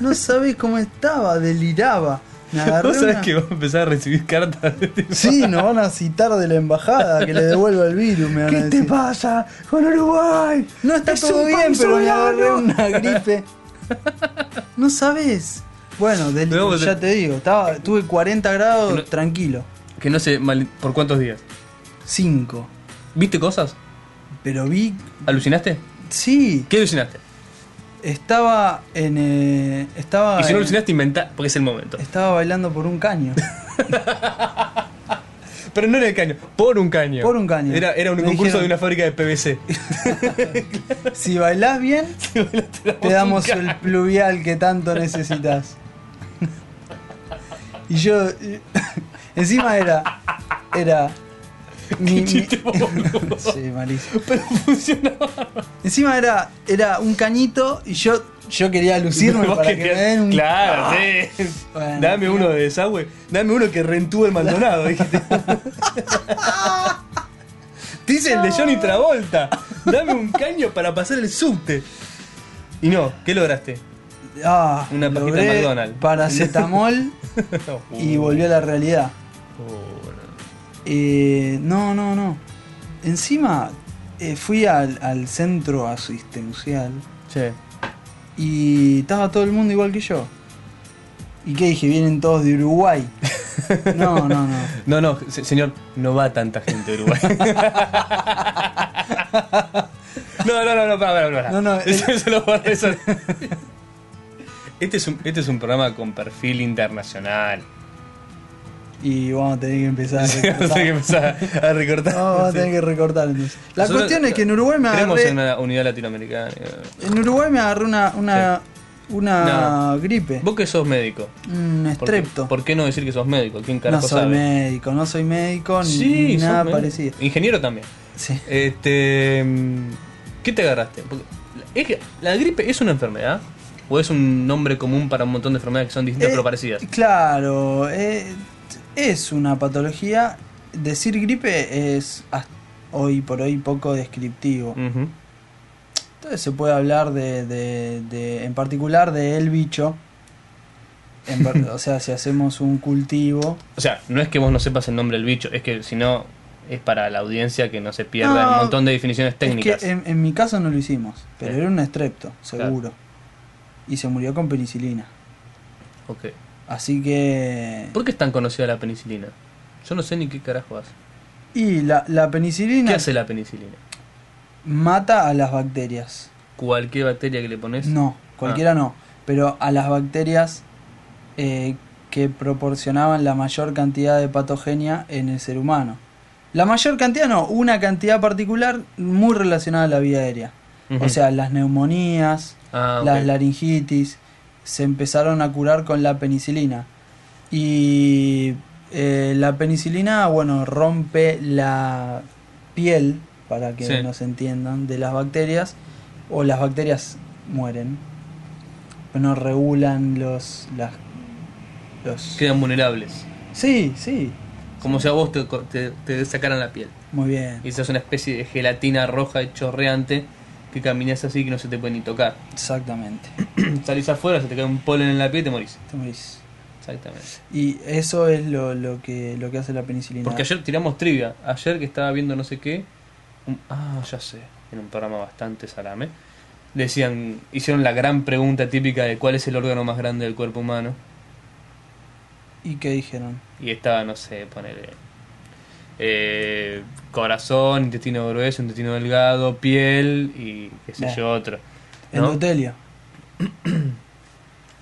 Speaker 1: No sabés cómo estaba, deliraba. Me agarré
Speaker 4: ¿Vos sabés
Speaker 1: una-
Speaker 4: que vas a empezar a recibir cartas de este
Speaker 1: Sí, nos van a citar de la embajada que le devuelva el virus, me van a decir.
Speaker 3: pasa con Uruguay?
Speaker 1: No está
Speaker 3: Es
Speaker 1: todo
Speaker 3: un
Speaker 1: bien,
Speaker 3: país
Speaker 1: pero me
Speaker 3: soberano.
Speaker 1: agarré una gripe. No sabés. Bueno, del-
Speaker 4: Pero vos
Speaker 1: ya
Speaker 4: te-
Speaker 1: te digo, estaba, tuve 40 grados
Speaker 4: Que no-
Speaker 1: tranquilo.
Speaker 4: Que no sé mal- por cuántos días.
Speaker 1: 5.
Speaker 4: ¿Viste cosas?
Speaker 1: Pero vi.
Speaker 4: ¿Alucinaste?
Speaker 1: Sí,
Speaker 4: ¿Qué alucinaste?
Speaker 1: estaba en. eh, estaba.
Speaker 4: Y si no
Speaker 1: en-
Speaker 4: alucinaste, inventá, porque es el momento.
Speaker 1: estaba bailando por un caño.
Speaker 4: Pero no era el caño, por un caño.
Speaker 1: Por un caño.
Speaker 4: Era, era un
Speaker 1: Me
Speaker 4: concurso
Speaker 1: dijeron-
Speaker 4: de una fábrica de PVC.
Speaker 1: Si bailás bien, te damos el pluvial que tanto necesitas. Y yo. Encima era. Era. mi- mi-
Speaker 4: chiste boludo.
Speaker 1: sí, malísimo.
Speaker 4: Pero funcionaba.
Speaker 1: Encima era, era un cañito y yo, yo quería lucirme
Speaker 4: Vos
Speaker 1: para que
Speaker 4: querías-
Speaker 1: me den un. Ah,
Speaker 4: Claro, sí.
Speaker 1: Bueno.
Speaker 4: Dame uno de desagüe. Dame uno que rentúe el Maldonado, dijiste. Dice el de Johnny Travolta. Dame un caño para pasar el subte. Y no, ¿qué lograste?
Speaker 1: Ah,
Speaker 4: Una pajita de
Speaker 1: logré
Speaker 4: McDonald's.
Speaker 1: Paracetamol y volvió a la realidad. Eh, no, no, no. Encima eh, fui al, al centro asistencial
Speaker 4: Che.
Speaker 1: y estaba todo el mundo igual que yo. ¿Y qué dije? Vienen todos de Uruguay. No, no, no.
Speaker 4: No, no, se- señor, no va tanta gente a Uruguay. no, no, no, no, para, para, para.
Speaker 1: No, eh. no,
Speaker 4: eso,
Speaker 1: el-
Speaker 4: eso lo guardé, eso. Este es, un, este es un programa con perfil internacional.
Speaker 1: Y vamos a tener que empezar a
Speaker 4: Así que
Speaker 1: recortar.
Speaker 4: empezar a recortar.
Speaker 1: No, vamos a tener que recortar entonces. La
Speaker 4: Nosotros
Speaker 1: cuestión es que en Uruguay me
Speaker 4: Creemos
Speaker 1: agarré.
Speaker 4: en una unidad latinoamericana.
Speaker 1: En Uruguay me agarré una una, una
Speaker 4: No.
Speaker 1: gripe,
Speaker 4: Vos que sos médico.
Speaker 1: un
Speaker 4: ¿por qué-
Speaker 1: estrepto.
Speaker 4: ¿Por qué no decir que sos médico? ¿Quién
Speaker 1: no
Speaker 4: carajo
Speaker 1: soy
Speaker 4: sabe?
Speaker 1: médico, no soy médico ni- ni
Speaker 4: sos
Speaker 1: nada
Speaker 4: médico.
Speaker 1: parecido.
Speaker 4: Ingeniero también.
Speaker 1: Sí.
Speaker 4: Este, mm, ¿Qué te agarraste? Porque la- es que ¿La gripe es una enfermedad? ¿O es un nombre común para un montón de enfermedades que son distintas
Speaker 1: Eh,
Speaker 4: pero parecidas?
Speaker 1: Claro, eh, es una patología. Decir gripe es hasta hoy por hoy poco descriptivo.
Speaker 4: Ujú.
Speaker 1: Entonces se puede hablar de, de- de- en particular de el bicho. En par- o sea, si hacemos un cultivo.
Speaker 4: O sea, no es que vos no sepas el nombre del bicho, es que si no es para la audiencia que no se pierda
Speaker 1: No,
Speaker 4: un montón de definiciones
Speaker 1: Ah,
Speaker 4: técnicas. Eh.
Speaker 1: Es que eh, en, en mi caso no lo hicimos, pero
Speaker 4: Bien.
Speaker 1: era un estrepto, seguro. Y se murió con penicilina.
Speaker 4: Ok.
Speaker 1: Así que.
Speaker 4: ¿Por qué es tan conocida la penicilina? Yo no sé ni qué carajo hace.
Speaker 1: Y la, la
Speaker 4: ¿Qué
Speaker 1: penicilina
Speaker 4: hace la penicilina?
Speaker 1: mata a las bacterias.
Speaker 4: ¿Cualquier bacteria que le pones?
Speaker 1: No, cualquiera no. Pero a las bacterias eh, que proporcionaban la mayor cantidad de patogenia en el ser humano. La mayor cantidad no, una cantidad particular muy relacionada a la vía aérea.
Speaker 4: Ujú.
Speaker 1: O sea, las neumonías,
Speaker 4: Ah, ok.
Speaker 1: las laringitis, se empezaron a curar con la penicilina. Y eh, la penicilina, bueno, rompe la piel, para que
Speaker 4: Sí.
Speaker 1: nos entiendan, de las bacterias, o las bacterias mueren. No regulan los... Las, los...
Speaker 4: Quedan vulnerables.
Speaker 1: Sí, sí,
Speaker 4: Como si a vos te, te- te sacaran la piel.
Speaker 1: muy bien.
Speaker 4: Y es una especie de gelatina roja y chorreante que caminas así que no se te puede ni tocar.
Speaker 1: Exactamente.
Speaker 4: Salís afuera, se te cae un polen en la piel y te morís.
Speaker 1: Te morís.
Speaker 4: Exactamente.
Speaker 1: Y eso es lo, lo que, lo que hace la penicilina.
Speaker 4: Porque ayer tiramos trivia. Ayer que estaba viendo no sé qué. un- ah, ya sé. En un programa bastante salame. Decían, hicieron la gran pregunta típica de cuál es el órgano más grande del cuerpo humano.
Speaker 1: ¿Y qué dijeron?
Speaker 4: Y estaba, no sé, poner corazón, intestino grueso, intestino delgado, piel y qué sé
Speaker 1: Bien.
Speaker 4: yo otro. ¿no?
Speaker 1: Endotelio.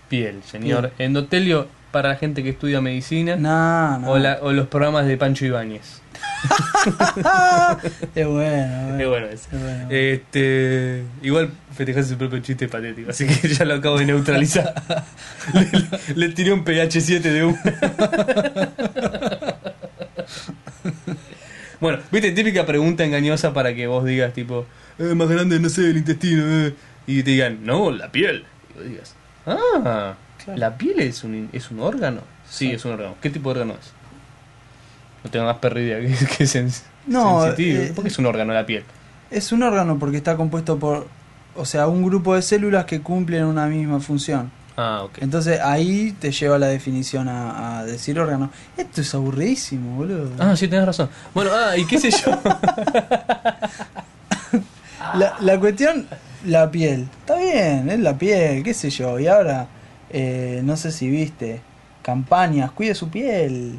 Speaker 4: Piel, señor. Endotelio para la gente que estudia medicina
Speaker 1: No, no.
Speaker 4: o, la- o los programas de Pancho Ibáñez.
Speaker 1: Es bueno,
Speaker 4: Qué
Speaker 1: es bueno.
Speaker 4: bueno Eh, es.
Speaker 1: Qué bueno.
Speaker 4: Este, igual festejaste su propio chiste patético, así que ya lo acabo de neutralizar. le, le tiré un PH7 de una. bueno, viste, típica pregunta engañosa para que vos digas, tipo, "Eh, más grande, no sé, el intestino, eh", y te digan, no, la piel. Y vos digas, ah, ¿la piel es un, es un órgano? Sí, es un órgano. ¿Qué tipo de órgano es? No tengo más perra idea que, que sen-
Speaker 1: No,
Speaker 4: sensitivo.
Speaker 1: eh,
Speaker 4: ¿Por qué es un órgano la piel?
Speaker 1: Es un órgano porque está compuesto por, o sea, un grupo de células que cumplen una misma función.
Speaker 4: Ah, ok.
Speaker 1: Entonces ahí te lleva la definición a, a decir órgano. Esto es aburridísimo, boludo.
Speaker 4: Ah, sí, tenés razón. Bueno, ah, y qué sé yo.
Speaker 1: La, la cuestión, la piel. Está bien, es la piel, qué sé yo. Y ahora, eh, no sé si viste, campañas, cuide su piel.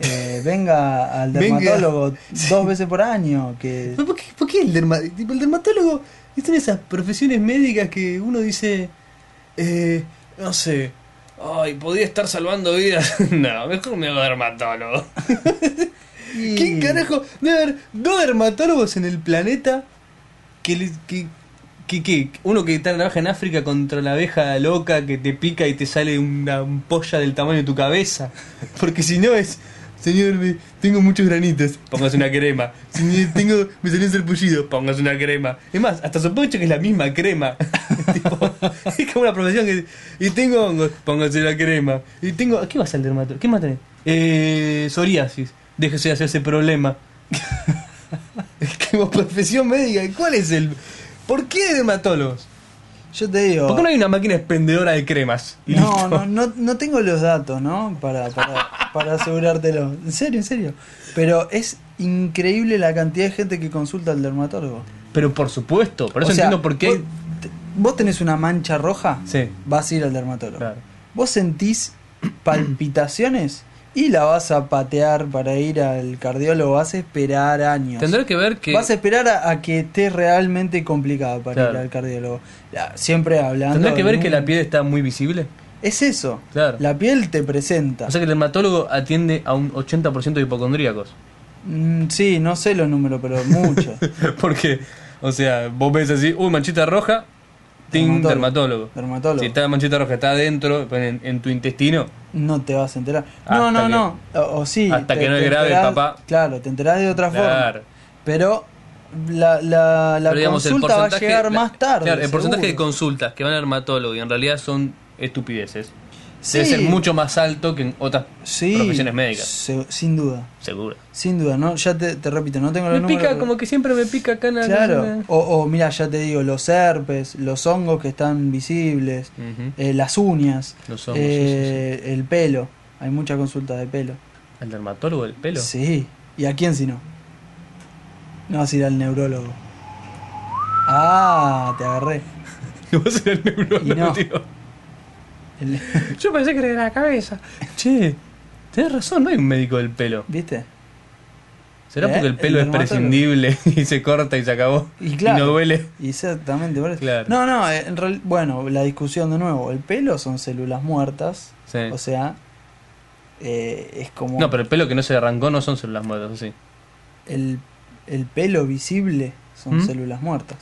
Speaker 1: Eh, venga al
Speaker 3: Venga.
Speaker 1: dermatólogo dos veces por año. Que...
Speaker 3: ¿Por qué, por qué el, derma- tipo, el dermatólogo? Están esas profesiones médicas que uno dice. eh,
Speaker 4: No sé. Ay, podría estar salvando vidas. No, mejor me hago dermatólogo.
Speaker 1: Y-
Speaker 3: ¿Qué carajo? Debe haber dos dermatólogos en el planeta
Speaker 4: Que, le- que, que, que- uno que trabaja en África contra la abeja loca que te pica y te sale una ampolla del tamaño de tu cabeza. Porque si no es. Señor, me- tengo muchos granitos. Póngase una crema. Señor, tengo, me salió un serpullido. Póngase una crema. Es más, hasta sospecho que es la misma crema. Tipo, es como una profesión que. Y tengo hongos. Póngase la crema. Y tengo. ¿Qué vas al dermatólogo? ¿Qué más tenés? Eh, psoriasis. Déjese de hacerse problema. Es que vos, profesión médica, ¿cuál es el. ¿Por qué dermatólogos?
Speaker 1: Yo te digo.
Speaker 4: ¿Por qué no hay una máquina expendedora de cremas? Y
Speaker 1: No,
Speaker 4: listo.
Speaker 1: no, no, no tengo los datos, ¿no? Para, para, para asegurártelo. En serio, en serio. Pero es increíble la cantidad de gente que consulta al dermatólogo.
Speaker 4: Pero por supuesto, por eso
Speaker 1: O sea,
Speaker 4: entiendo por qué.
Speaker 1: Vos, te- vos tenés una mancha roja,
Speaker 4: Sí,
Speaker 1: vas a ir al dermatólogo.
Speaker 4: claro.
Speaker 1: Vos sentís palpitaciones y la vas a patear para ir al cardiólogo. Vas a esperar años.
Speaker 4: Tendrá que ver que.
Speaker 1: Vas a esperar a, a que esté realmente complicada para ir
Speaker 4: Claro.
Speaker 1: al cardiólogo. La- Siempre hablando.
Speaker 4: Tendrá que
Speaker 1: en
Speaker 4: ver
Speaker 1: un-
Speaker 4: que la piel está muy visible.
Speaker 1: Es eso.
Speaker 4: Claro.
Speaker 1: La piel te presenta.
Speaker 4: O sea que el dermatólogo atiende a un 80% de hipocondríacos.
Speaker 1: Mm, sí, no sé los números, pero mucho.
Speaker 4: Porque, o sea, vos ves así, uy, manchita roja, ting, dermatólogo.
Speaker 1: Dermatólogo. Dermatólogo.
Speaker 4: Si está la manchita roja, está adentro, pues, en, en tu intestino.
Speaker 1: No te vas a enterar.
Speaker 4: Hasta
Speaker 1: no, no,
Speaker 4: que-
Speaker 1: no. O, o sí.
Speaker 4: hasta que no es grave,
Speaker 1: enterás-
Speaker 4: papá.
Speaker 1: Claro, te enterás de otra
Speaker 4: Claro.
Speaker 1: forma. Pero la, la, la
Speaker 4: Pero, digamos, el
Speaker 1: consulta va a
Speaker 4: porcentaje-
Speaker 1: llegar
Speaker 4: la-
Speaker 1: más tarde.
Speaker 4: claro, el porcentaje de
Speaker 1: seguro.
Speaker 4: consultas que van al dermatólogo y en realidad son estupideces
Speaker 1: Sí,
Speaker 4: debe ser mucho más alto que en otras
Speaker 1: sí,
Speaker 4: profesiones médicas,
Speaker 1: se- sin duda.
Speaker 4: seguro.
Speaker 1: Sin duda, ¿no? Ya te, te repito, no tengo los
Speaker 4: Me
Speaker 1: números.
Speaker 4: pica
Speaker 1: pero-
Speaker 4: como que siempre me pica acá en la
Speaker 1: Claro. O, o mira, ya te digo, los herpes, los hongos que están visibles,
Speaker 4: Ujú.
Speaker 1: eh, las uñas,
Speaker 4: Los hongos, sí,
Speaker 1: eh, el pelo. Hay mucha consulta de pelo.
Speaker 4: ¿El dermatólogo del pelo?
Speaker 1: Sí, ¿y a quién si no? No vas a ir al neurólogo. Ah, te agarré.
Speaker 4: Vos eras el neurólogo,
Speaker 1: Y no.
Speaker 4: tío.
Speaker 1: El-
Speaker 4: Yo pensé que era de la cabeza. Che, tenés razón, no hay un médico del pelo.
Speaker 1: ¿Viste?
Speaker 4: ¿Será
Speaker 1: ¿Eh?
Speaker 4: porque el
Speaker 1: El
Speaker 4: pelo es
Speaker 1: dermatólogo.
Speaker 4: prescindible y se corta y se acabó?
Speaker 1: Y claro.
Speaker 4: no duele.
Speaker 1: Exactamente, por eso.
Speaker 4: Claro.
Speaker 1: No, no, eh, en real- bueno, la discusión de nuevo. El pelo son células muertas,
Speaker 4: Sí.
Speaker 1: o sea, eh, es como
Speaker 4: no, pero el pelo que no se arrancó no son células muertas, ¿o sí?
Speaker 1: el, el pelo visible son
Speaker 4: ¿Mm?
Speaker 1: células muertas.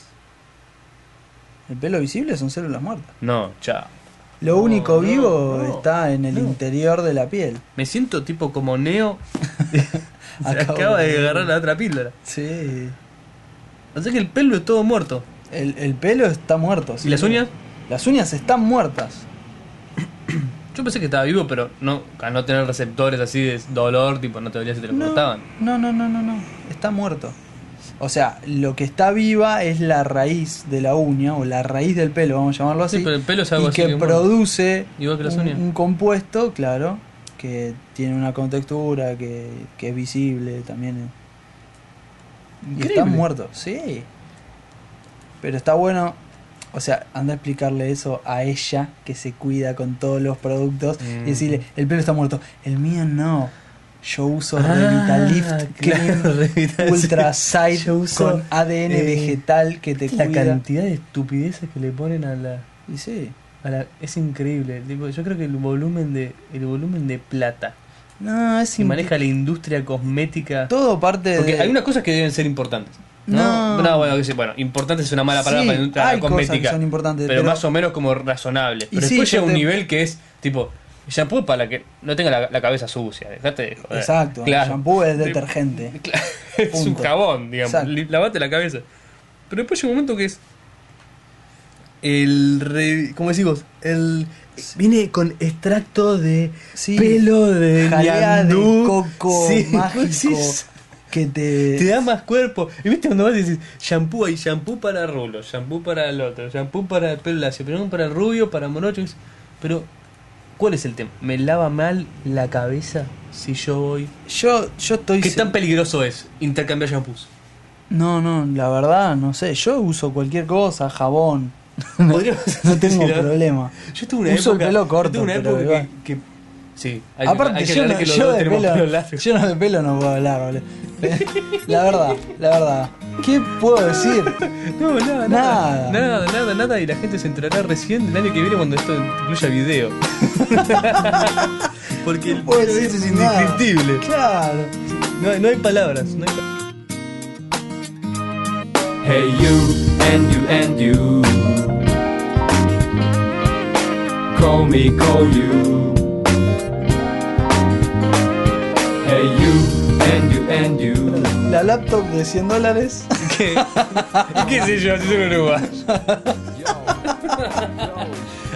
Speaker 1: El pelo visible son células muertas.
Speaker 4: No, chao.
Speaker 1: Lo
Speaker 4: No,
Speaker 1: único
Speaker 4: no,
Speaker 1: vivo
Speaker 4: no,
Speaker 1: está en el
Speaker 4: no.
Speaker 1: interior de la piel.
Speaker 4: Me siento tipo como Neo.
Speaker 1: Acabo
Speaker 4: Acaba de
Speaker 1: de-
Speaker 4: agarrar la otra píldora.
Speaker 1: Sí.
Speaker 4: O sea que el pelo es todo muerto.
Speaker 1: El, el pelo está muerto.
Speaker 4: ¿Y las uñas?
Speaker 1: Las uñas están muertas.
Speaker 4: Yo pensé que estaba vivo, pero no, a no tener receptores así de dolor, tipo, no te dolía si te lo cortaban.
Speaker 1: No, no, no, no, no. Está muerto. O sea, lo que está viva es la raíz de la uña o la raíz del pelo, vamos a llamarlo así.
Speaker 4: Sí, pero el pelo es algo
Speaker 1: y
Speaker 4: así
Speaker 1: que
Speaker 4: que muere.
Speaker 1: produce
Speaker 4: Igual que las
Speaker 1: un,
Speaker 4: uñas.
Speaker 1: un compuesto, claro, que tiene una contextura, que, que es visible también. Y está
Speaker 4: Increíble.
Speaker 1: muerto, sí. Pero está bueno, o sea, anda a explicarle eso a ella, que se cuida con todos los productos,
Speaker 4: Mm.
Speaker 1: y decirle, el pelo está muerto, el mío no. Yo uso
Speaker 4: Ah,
Speaker 1: Revitalift Cream
Speaker 4: claro, Revitalift.
Speaker 1: Ultra Sight
Speaker 4: Yo uso,
Speaker 1: con ADN
Speaker 4: eh,
Speaker 1: vegetal que te
Speaker 4: La
Speaker 1: cuida.
Speaker 4: cantidad de estupideces que le ponen a la.
Speaker 1: Y sí,
Speaker 5: a la- es increíble. Tipo, yo creo que el volumen de, el volumen de plata
Speaker 1: No, es
Speaker 5: que
Speaker 1: imp-
Speaker 5: maneja la industria cosmética.
Speaker 1: Todo parte
Speaker 4: Porque
Speaker 1: de.
Speaker 4: hay unas cosas que deben ser importantes. No,
Speaker 1: No.
Speaker 4: bueno, que sí, bueno, importante es una mala palabra
Speaker 1: Sí,
Speaker 4: para la industria de
Speaker 1: hay
Speaker 4: la
Speaker 1: cosas que
Speaker 4: cosmética.
Speaker 1: son importantes,
Speaker 4: pero,
Speaker 1: pero-
Speaker 4: más o menos como razonable. Pero
Speaker 1: sí,
Speaker 4: después
Speaker 1: yo
Speaker 4: llega un
Speaker 1: te-
Speaker 4: nivel que es tipo shampoo para que no tenga la, la cabeza sucia. Dejate de joder.
Speaker 1: Exacto, el
Speaker 4: eh, Claro.
Speaker 1: shampoo es
Speaker 4: Sí.
Speaker 1: detergente.
Speaker 4: Claro, es un
Speaker 1: Punto.
Speaker 4: jabón, digamos.
Speaker 1: Exacto.
Speaker 4: Li- Lavate la cabeza. Pero después llega un momento que es. El. re- ¿Cómo decís vos?
Speaker 3: El, viene con extracto de
Speaker 1: Sí.
Speaker 3: pelo de
Speaker 1: Jalea de
Speaker 3: ñandú.
Speaker 1: coco
Speaker 3: Sí,
Speaker 1: mágico
Speaker 3: sí,
Speaker 1: que te.
Speaker 3: te da más cuerpo.
Speaker 4: Y viste cuando vas y decís shampoo hay shampoo para rulo, shampoo para el otro, shampoo para el pelo lacio, pero no para el rubio, para monocho. es- Pero, ¿cuál es el tema?
Speaker 5: ¿Me lava mal la cabeza si yo voy?
Speaker 1: Yo, yo estoy.
Speaker 4: ¿Qué
Speaker 1: se-
Speaker 4: tan peligroso es intercambiar shampoos?
Speaker 1: No, no, la verdad, no sé. Yo uso cualquier cosa, jabón.
Speaker 4: Podríamos-
Speaker 1: No tengo
Speaker 4: Sí, la-
Speaker 1: problema.
Speaker 4: Yo tuve una
Speaker 1: Uso el
Speaker 4: época.
Speaker 1: pelo
Speaker 4: yo
Speaker 1: corto,
Speaker 4: tuve una
Speaker 1: pero
Speaker 4: época
Speaker 1: igual.
Speaker 4: que, que- Sí, hay que-
Speaker 1: Aparte,
Speaker 4: hay que
Speaker 1: yo,
Speaker 4: aclarar
Speaker 1: no,
Speaker 4: que los
Speaker 1: yo
Speaker 4: dos
Speaker 1: de
Speaker 4: tenemos
Speaker 1: pelo,
Speaker 4: pelo largo.
Speaker 1: yo no de pelo no puedo hablar, boludo. La verdad, la verdad. ¿Qué puedo decir?
Speaker 4: No, nada, nada.
Speaker 1: Nada.
Speaker 4: Nada, nada, nada. Y la gente se enterará recién del año que viene cuando esto incluya video. Porque el
Speaker 1: Puedo
Speaker 4: pelo
Speaker 1: decir
Speaker 4: es
Speaker 1: sin nada.
Speaker 4: indescriptible.
Speaker 1: Claro.
Speaker 4: No, hay- no hay palabras. No hay hey you, and you, and you. Call me, call you. Hey you, and you, and you.
Speaker 1: La laptop de 100 dólares.
Speaker 4: ¿Qué? ¿Qué sé yo? Si soy uruguayo.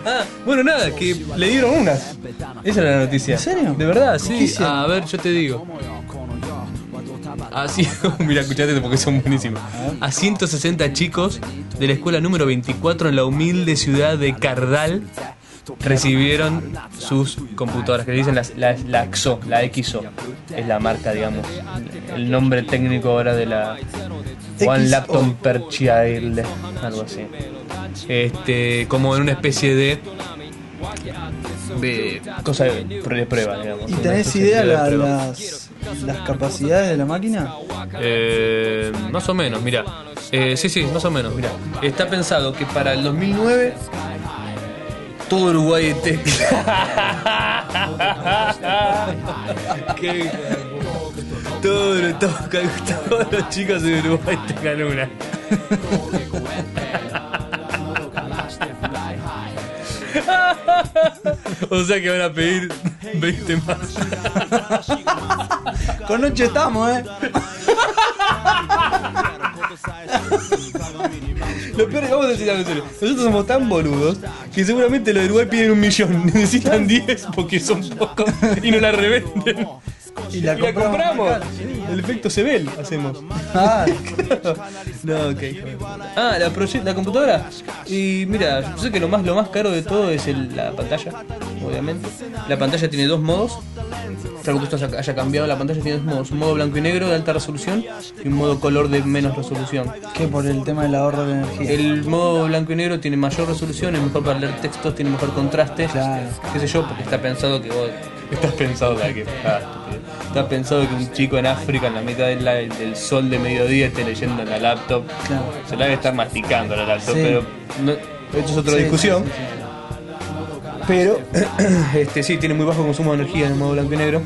Speaker 4: Ah, bueno, nada, que le dieron unas. Esa era la noticia.
Speaker 1: ¿En serio?
Speaker 4: De verdad, sí.
Speaker 1: hicieron?
Speaker 4: A ver, yo te digo. Así, mira, escuchate porque son buenísimos. A 160 chicos de la escuela número 24 en la humilde ciudad de Cardal recibieron sus computadoras, que le dicen las- las- la, XO, la XO. Es la marca, digamos, el nombre técnico ahora de la One
Speaker 1: XO.
Speaker 4: Laptop Per Child, algo así. Este, como en una especie de de cosa de, pr- de prueba, digamos.
Speaker 1: ¿Y
Speaker 4: una
Speaker 1: tenés
Speaker 4: especie de
Speaker 1: idea
Speaker 4: prueba
Speaker 1: la-
Speaker 4: de prueba.
Speaker 1: las, las capacidades de la máquina?
Speaker 4: Eh, más o menos, mira. sí, sí, más o menos, mira. Está pensado que para el 2009 todo Uruguay esté. Qué todo, todo, todos los chicos de Uruguay tengan una. o sea que van a pedir 20 más.
Speaker 1: Con noche estamos, eh.
Speaker 4: Lo peor, vamos a decir algo en serio. Nosotros somos tan boludos que seguramente los de Uruguay piden un millón. Necesitan 10 porque son pocos y no la revenden.
Speaker 1: Y la
Speaker 4: Y la compramos.
Speaker 1: más cara.
Speaker 4: El efecto Sebel hacemos.
Speaker 1: Ah,
Speaker 4: No, ok. hijo de puta. Ah, la, proye- la computadora. Y mira, yo sé que lo más, lo más caro de todo es el- la pantalla, obviamente. La pantalla tiene dos modos. Salvo que esto haya cambiado, la pantalla tiene dos modos. Un modo blanco y negro de alta resolución y un modo color de menos resolución.
Speaker 1: que por el tema del ahorro de energía.
Speaker 4: El modo blanco y negro tiene mayor resolución, es mejor para leer textos, tiene mejor contraste.
Speaker 1: Claro.
Speaker 4: Qué sé yo, porque está pensado que vos. Estás pensado para que. ah, estúpido. está pensado que un chico en África, en la mitad del, la- del sol de mediodía, esté leyendo en la laptop.
Speaker 1: Claro.
Speaker 4: Se la debe estar masticando la laptop,
Speaker 1: Sí.
Speaker 4: pero. no- esto es otra
Speaker 1: Sí,
Speaker 4: discusión.
Speaker 1: sí, sí, sí.
Speaker 4: Pero, este sí, tiene muy bajo consumo de energía en el modo blanco y negro.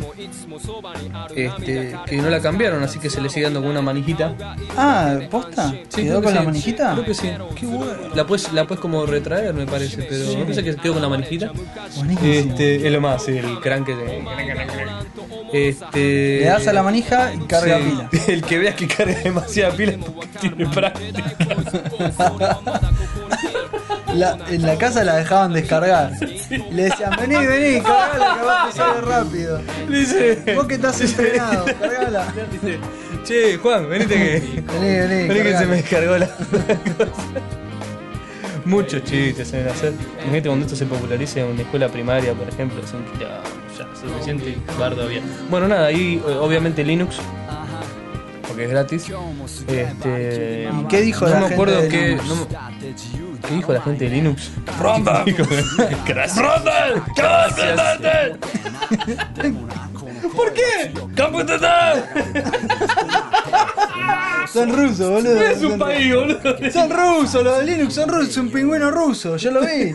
Speaker 4: Este, que no la cambiaron, así que se le sigue dando con una manijita.
Speaker 1: Ah, ¿posta?
Speaker 4: Sí,
Speaker 1: ¿Quedó
Speaker 4: creo que
Speaker 1: con la
Speaker 4: sí.
Speaker 1: manijita?
Speaker 4: Creo que sí. Qué bueno. La puedes, la puedes como retraer, me parece, pero no pensé que quedó con la manijita.
Speaker 1: Buenísimo.
Speaker 4: Este, es lo más, el crank que te... Este...
Speaker 1: Le das a la manija y carga
Speaker 4: sí.
Speaker 1: pila.
Speaker 4: El que veas que carga demasiada pila es porque tiene práctica.
Speaker 1: La- en la casa la dejaban descargar. Le decían, vení, vení, cargala que va a empezar rápido.
Speaker 4: Dice,
Speaker 1: Vos que estás entrenado, cargala.
Speaker 4: dice, che, Juan, venite que...
Speaker 1: Vení, vení.
Speaker 4: Vení que
Speaker 1: cargala".
Speaker 4: se me descargó la cosa. Muchos chistes se a hacer. Imagínate cuando esto se popularice en una escuela primaria, por ejemplo, es un quilombo, ya, suficiente bardo había. Bueno, nada, ahí eh, obviamente Linux, porque es gratis. Este,
Speaker 1: ¿Y qué dijo
Speaker 4: no
Speaker 1: la
Speaker 4: me
Speaker 1: gente
Speaker 4: acuerdo
Speaker 1: de
Speaker 4: qué,
Speaker 1: Linux?
Speaker 4: no me- ¿Qué dijo la gente de Linux? ¡Ronda! ¡Gracias! ¡Gracias! ¿Por qué?
Speaker 1: Son rusos, boludo.
Speaker 4: ¡Es un
Speaker 1: Son-
Speaker 4: país, boludo!
Speaker 1: Son rusos, los de Linux son rusos, un pingüino ruso, yo lo vi.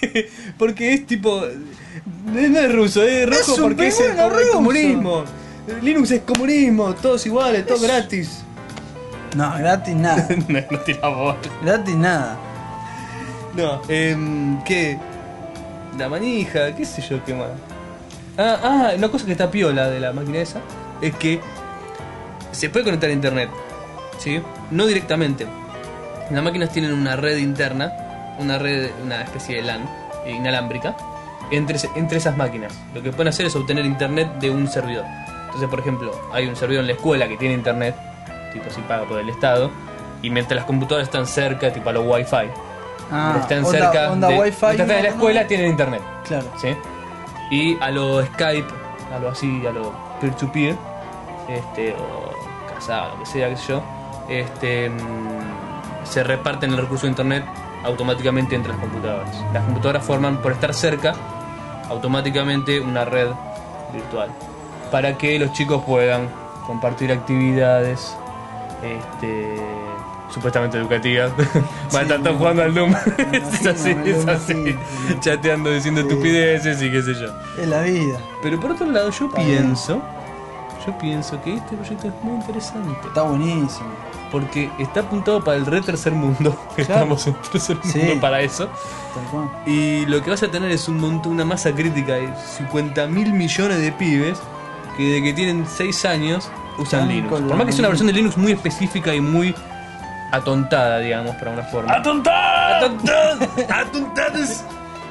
Speaker 5: porque, porque es tipo. eh, No es ruso, es rojo
Speaker 1: un
Speaker 5: porque es el
Speaker 1: pingüino
Speaker 5: corre-
Speaker 1: ruso.
Speaker 5: comunismo. Linux es comunismo, todos iguales, todo gratis.
Speaker 1: No, gratis nada.
Speaker 5: no, no tira bola.
Speaker 1: gratis nada.
Speaker 5: No, em, ¿qué? La manija, qué sé yo, qué más. Ah, ah, una cosa que está piola de la máquina esa es que se puede conectar a internet, ¿sí? No directamente. Las máquinas tienen una red interna, una red, una especie de LAN inalámbrica, entre, ese- entre esas máquinas. Lo que pueden hacer es obtener internet de un servidor. Entonces, por ejemplo, hay un servidor en la escuela que tiene internet, tipo si paga por el Estado, y mientras las computadoras están cerca, tipo a los wifi,
Speaker 1: Ah,
Speaker 4: están
Speaker 1: onda-
Speaker 4: cerca
Speaker 1: onda
Speaker 4: de,
Speaker 1: wifi,
Speaker 4: mientras están en la
Speaker 1: no,
Speaker 4: escuela
Speaker 1: no.
Speaker 4: tienen internet
Speaker 1: Claro.
Speaker 4: ¿sí? y a lo Skype a lo así a lo peer to peer este o casado lo que sea qué sé yo este mm, se reparten el recurso de internet automáticamente entre las computadoras las computadoras forman por estar cerca automáticamente una red virtual para que los chicos puedan compartir actividades este, supuestamente educativas. Van a estar todos jugando al Doom. es
Speaker 1: imagino,
Speaker 4: así,
Speaker 1: me lo
Speaker 4: es así.
Speaker 1: imagino.
Speaker 4: Chateando, diciendo estupideces y qué sé yo.
Speaker 1: Es la vida.
Speaker 4: Pero por otro lado, yo
Speaker 1: Está bien.
Speaker 4: pienso. Yo pienso que este proyecto es muy interesante.
Speaker 1: Está buenísimo.
Speaker 4: Porque está apuntado para el re tercer mundo. que
Speaker 1: Claro.
Speaker 4: Estamos en tercer mundo
Speaker 1: Sí.
Speaker 4: para eso.
Speaker 1: Tal cual.
Speaker 4: Y lo que vas a tener es un montón, una masa crítica de 50 mil millones de pibes que desde que tienen 6 años usan
Speaker 1: Están
Speaker 4: Linux.
Speaker 1: con
Speaker 4: Por
Speaker 1: la
Speaker 4: más que es
Speaker 1: misma.
Speaker 4: una versión de Linux muy específica y muy atontada, digamos, para una forma.
Speaker 5: ¡Atontar!
Speaker 4: ¡Atontadas! ¡Atontadas!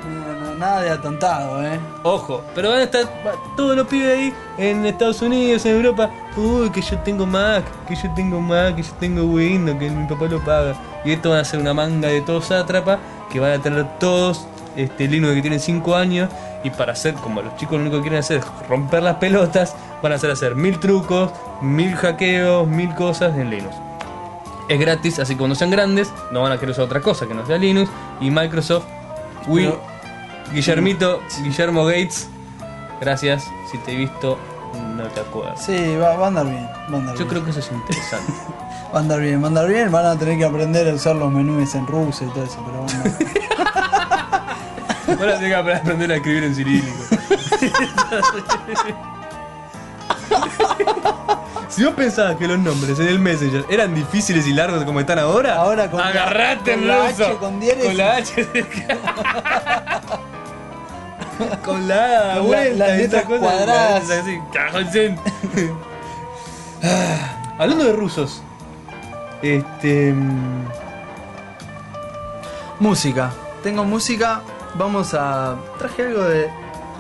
Speaker 1: No, no, nada de atontado, eh.
Speaker 4: Ojo, pero van a estar todos los pibes ahí en Estados Unidos, en Europa. Uy, que yo tengo Mac, que yo tengo Mac, que yo tengo Windows, que mi papá lo paga. Y esto van a ser una manga de todos sátrapas que van a tener todos este Linux que tienen 5 años. Y para hacer como los chicos lo único que quieren hacer es romper las pelotas, van a hacer hacer mil trucos, mil hackeos, mil cosas en Linux. Es gratis, así que cuando sean grandes, no van a querer usar otra cosa que no sea Linux. Y Microsoft, Wii,
Speaker 1: Pero-
Speaker 4: Guillermito, Guillermo Gates, gracias. Si te he visto, no te acuerdas.
Speaker 1: Sí, va, va a andar bien. Va a andar
Speaker 4: Yo
Speaker 1: bien.
Speaker 4: creo que eso es interesante.
Speaker 1: Va a andar bien, va a andar bien. Van a tener que aprender a usar los menús en ruso y todo eso, pero van a andar bien.
Speaker 4: Ahora tengo que aprender a escribir en cirílico. Si vos pensabas que los nombres en el Messenger eran difíciles y largos como están ahora,
Speaker 1: Ahora con la-
Speaker 4: agarrate
Speaker 1: con
Speaker 4: el
Speaker 1: la
Speaker 4: ruso.
Speaker 1: H con diéresis.
Speaker 4: Con la H. con la
Speaker 1: Con
Speaker 4: A,
Speaker 1: la-
Speaker 4: vuelta,
Speaker 1: las
Speaker 4: y
Speaker 1: letras
Speaker 4: esas cosas.
Speaker 1: cuadradas.
Speaker 4: Así, cajoncín. Ah, Hablando de rusos. Este.
Speaker 5: em,
Speaker 4: mm,
Speaker 1: música. Tengo música. Vamos a. Traje algo de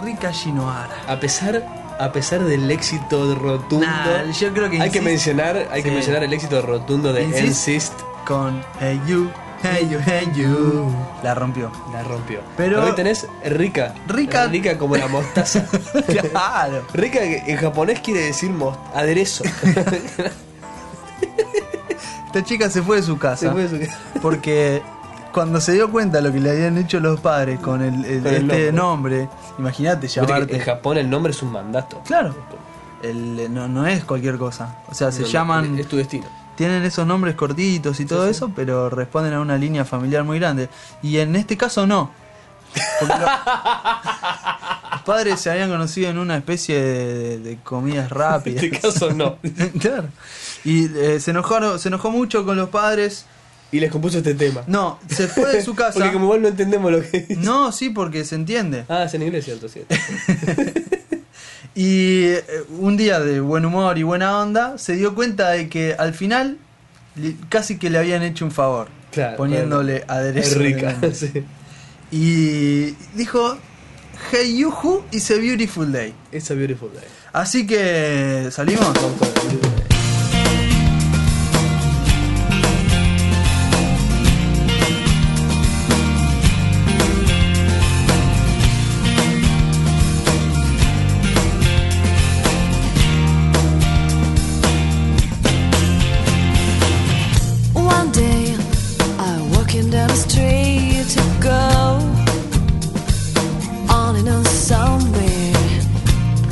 Speaker 1: Rika Shinohara.
Speaker 4: A pesar, a pesar del éxito rotundo.
Speaker 1: Nah, yo creo que
Speaker 4: Hay que
Speaker 1: insist-
Speaker 4: mencionar, hay que
Speaker 1: Sí.
Speaker 4: mencionar el éxito rotundo de
Speaker 1: Insist.
Speaker 4: Insist.
Speaker 1: con Hey You, Hey You, Hey You. La rompió.
Speaker 4: La rompió.
Speaker 1: Pero-
Speaker 4: Pero hoy tenés rica.
Speaker 1: Rica-
Speaker 4: Rica como la mostaza.
Speaker 1: claro.
Speaker 4: rica que en japonés quiere decir mos- aderezo.
Speaker 1: Esta chica se fue de su casa.
Speaker 4: Se puede sugerir.
Speaker 1: Porque cuando se dio cuenta lo que le habían hecho los padres con el, el-
Speaker 4: Con el
Speaker 1: este nombre, imagínate
Speaker 4: Viste que
Speaker 1: llamarte.
Speaker 4: en Japón el nombre es un mandato.
Speaker 1: Claro. El- no, no es cualquier cosa. O sea, se
Speaker 4: No, no,
Speaker 1: llaman.
Speaker 4: Es tu destino.
Speaker 1: Tienen esos nombres cortitos y todo eso, pero responden a una línea familiar muy grande. Y en este caso no. Porque lo- los padres se habían conocido en una especie de, de comidas
Speaker 4: En
Speaker 1: rápidas.
Speaker 4: este caso no.
Speaker 1: Claro. Y eh, se, enojaron, se enojó mucho con los padres.
Speaker 4: Y les compuso este tema.
Speaker 1: No, se fue de su casa.
Speaker 4: Porque como igual no entendemos lo que dice.
Speaker 1: No, sí, porque se entiende.
Speaker 4: Ah, es en inglés, cierto, cierto.
Speaker 1: Y eh, un día de buen humor y buena onda, se dio cuenta de que al final li- casi que le habían hecho un favor.
Speaker 4: Claro,
Speaker 1: poniéndole
Speaker 4: Es
Speaker 1: aderezo.
Speaker 4: rica.
Speaker 1: de-
Speaker 4: sí.
Speaker 1: Y dijo, Hey Yuhu, it's a beautiful day.
Speaker 4: It's a beautiful day.
Speaker 1: Así que salimos.
Speaker 6: One day I walking down the street to go on and on somewhere.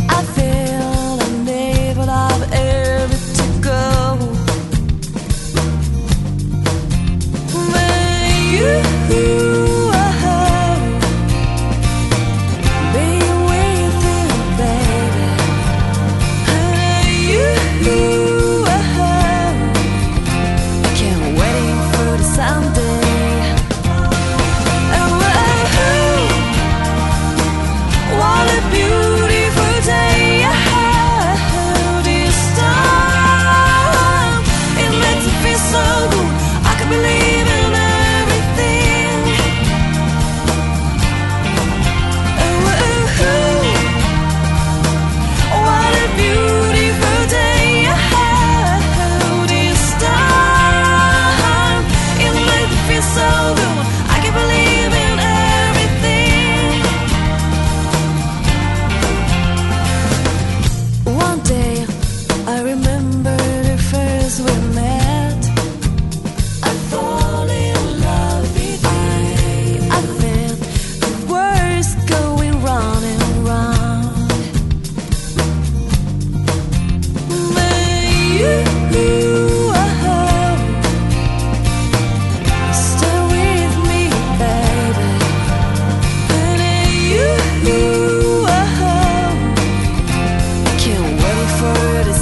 Speaker 6: I feel unable of everything.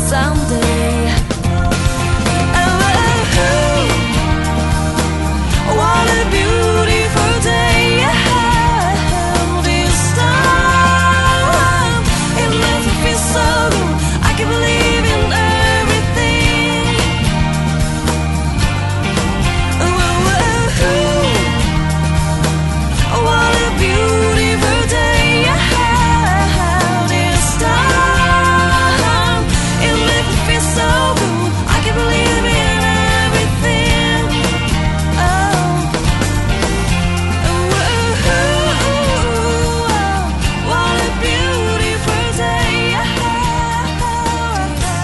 Speaker 6: someday. And then who- what a beautiful day I have this time. It must feel so good. I can believe in everything. Ooh, ooh, ooh. What a beautiful day I had this time. It makes me feel so good. I can believe in everything. Oh, what a beautiful day I had this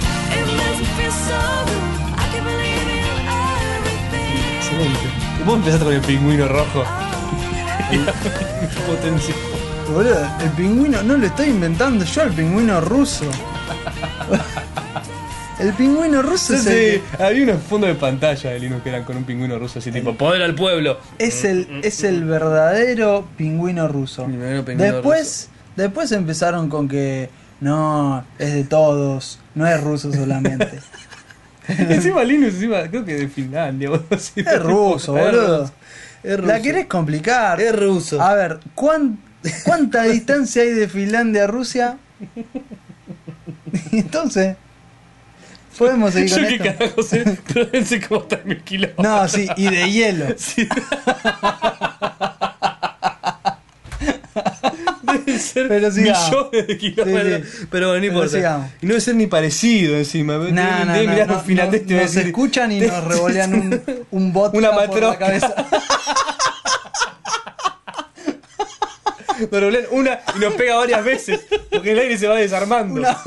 Speaker 6: time. It makes me feel so good. I can believe in everything.
Speaker 5: Excelente. Vos empezaste con el pingüino rojo. Potencia.
Speaker 1: Boludo, el pingüino, no lo estoy inventando yo, el pingüino ruso. El pingüino ruso es
Speaker 5: Sí,
Speaker 1: el,
Speaker 5: había unos fondos de pantalla de Linux que eran con un pingüino ruso así tipo poder al pueblo.
Speaker 1: es el, es el verdadero pingüino ruso.
Speaker 5: El verdadero pingüino
Speaker 1: después, después empezaron con que no, es de todos, no es ruso solamente.
Speaker 5: encima Linux, encima creo que de Finlandia. boludo, así,
Speaker 1: es ruso,
Speaker 5: Es
Speaker 1: boludo.
Speaker 3: Es ruso.
Speaker 1: La querés complicar.
Speaker 3: Es ruso.
Speaker 1: A ver, ¿cuán- ¿cuánta distancia hay de Finlandia a Rusia? Y Entonces, podemos seguir
Speaker 5: Yo
Speaker 1: con
Speaker 5: qué
Speaker 1: esto.
Speaker 5: carajo sé, pero pensé cómo están mil kilómetros.
Speaker 1: No, sí, y de hielo.
Speaker 5: Debe ser
Speaker 1: Pero sí.
Speaker 5: millones de kilómetros.
Speaker 1: Sí,
Speaker 5: Pero bueno, no
Speaker 1: Pero
Speaker 5: importa.
Speaker 1: sigamos.
Speaker 5: Y no debe ser ni parecido encima.
Speaker 1: No, no, no,
Speaker 5: Debe mirar
Speaker 1: no,
Speaker 5: un finlandés y te va a
Speaker 1: nos
Speaker 5: decir,
Speaker 1: escuchan y nos revolean un, un bot
Speaker 5: Una
Speaker 1: por
Speaker 5: matroca.
Speaker 1: la cabeza.
Speaker 5: Nos rolean una y nos pega varias veces. Porque el aire se va desarmando.
Speaker 1: Una,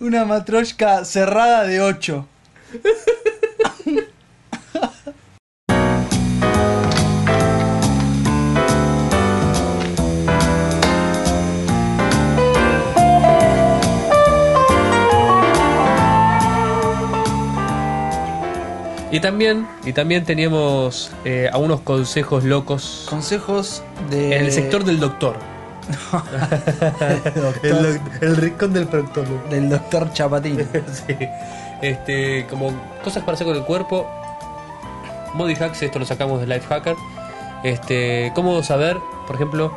Speaker 1: una matroshka cerrada de 8.
Speaker 4: Y también, y también teníamos eh, algunos consejos locos
Speaker 1: Consejos de.
Speaker 4: en el sector del doctor.
Speaker 3: El, doc- el rincón del proctólogo.
Speaker 1: del doctor Chapatín.
Speaker 4: Sí. Este, como cosas para hacer con el cuerpo. Body hacks, esto lo sacamos de Lifehacker. Este, cómo saber, por ejemplo,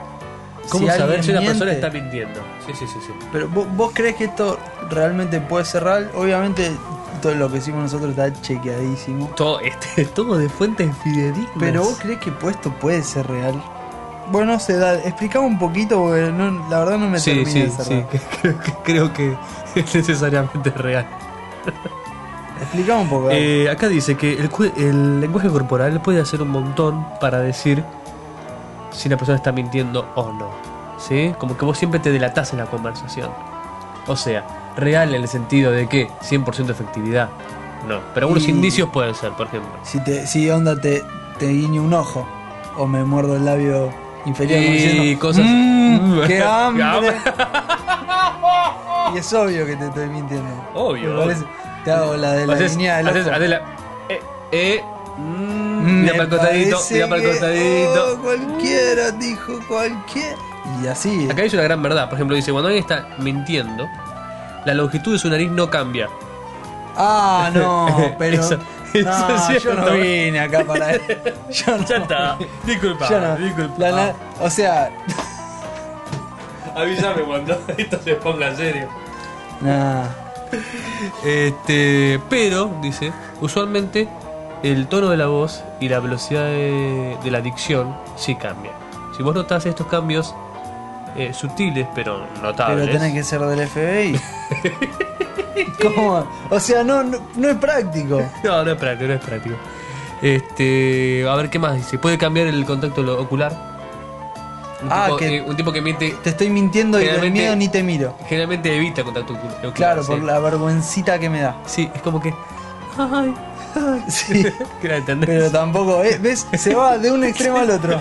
Speaker 4: cómo
Speaker 1: Si
Speaker 4: saber
Speaker 1: alguien
Speaker 4: si una
Speaker 1: miente.
Speaker 4: persona está mintiendo. Sí, sí, sí, sí.
Speaker 1: Pero ¿vo- vos, crees que esto realmente puede ser real? Obviamente todo lo que hicimos nosotros está chequeadísimo.
Speaker 4: Todo este, todo de fuentes fidedignas.
Speaker 1: Pero vos crees que pues, esto puede ser real? Bueno, no sé, dale, explicame un poquito porque no- la verdad no me
Speaker 4: Sí,
Speaker 1: terminé
Speaker 4: sí,
Speaker 1: de cerrar.
Speaker 4: sí. Creo que, creo que es necesariamente real.
Speaker 1: Explicame un poco. dale.
Speaker 4: Eh, acá dice que el, cu- el lenguaje corporal puede hacer un montón para decir si una persona está mintiendo o no. ¿Sí? Como que vos siempre te delatás en la conversación. O sea, real en el sentido de que 100% efectividad. No, pero algunos
Speaker 1: Y-
Speaker 4: indicios pueden ser, por ejemplo.
Speaker 1: Si, te, si onda te, te guiño un ojo o me muerdo el labio inferior como
Speaker 4: Y
Speaker 1: diciendo,
Speaker 4: cosas.
Speaker 1: "Mm, ¡Qué
Speaker 4: ¡Qué
Speaker 1: hambre!
Speaker 4: hambre!
Speaker 1: y es obvio que te estoy mintiendo.
Speaker 5: Obvio,
Speaker 1: Me
Speaker 5: obvio.
Speaker 1: parece- Te hago la de la
Speaker 4: Haces-
Speaker 1: guiñada del
Speaker 4: haces-
Speaker 1: ojo.
Speaker 4: haces la- Eh, eh, mm, mira
Speaker 1: Me
Speaker 4: para el costadito,
Speaker 1: parece
Speaker 4: mira para el
Speaker 1: que-
Speaker 4: costadito.
Speaker 1: oh, cualquiera dijo cualquiera. Y así.
Speaker 4: Acá hay una gran verdad. Por ejemplo, dice, cuando alguien está mintiendo, la longitud de su nariz no cambia.
Speaker 1: Ah, no, pero.
Speaker 4: Eso- eso
Speaker 1: no,
Speaker 4: es
Speaker 1: yo
Speaker 4: cierto.
Speaker 1: no vine acá para. Yo no.
Speaker 4: Ya está. Disculpa,
Speaker 1: yo no.
Speaker 4: disculpa.
Speaker 1: La na- o sea,
Speaker 4: Avísame cuando esto se ponga serio.
Speaker 1: nah.
Speaker 4: Este, pero, dice, usualmente el tono de la voz y la velocidad de, de la dicción sí cambia. Si vos notás estos cambios eh, sutiles pero
Speaker 1: pero
Speaker 4: notables.
Speaker 1: tenés que ser del FBI. ¿Cómo? O sea, no, no, no es práctico.
Speaker 4: No, no es práctico, no es práctico. Este, a ver qué más dice. Puede cambiar el contacto lo- ocular. Un,
Speaker 1: Ah,
Speaker 4: tipo,
Speaker 1: que-
Speaker 4: eh, un tipo que miente
Speaker 1: Te estoy mintiendo y del
Speaker 4: Generalmente-
Speaker 1: miedo ni te miro.
Speaker 4: generalmente evita contacto ocul- ocular.
Speaker 1: Claro,
Speaker 4: sí.
Speaker 1: por la vergüencita que me da.
Speaker 4: Sí, es como que. Ay,
Speaker 1: Sí.
Speaker 4: que la entendés.
Speaker 1: Pero tampoco, eh, ¿ves? Se va de un extremo al otro.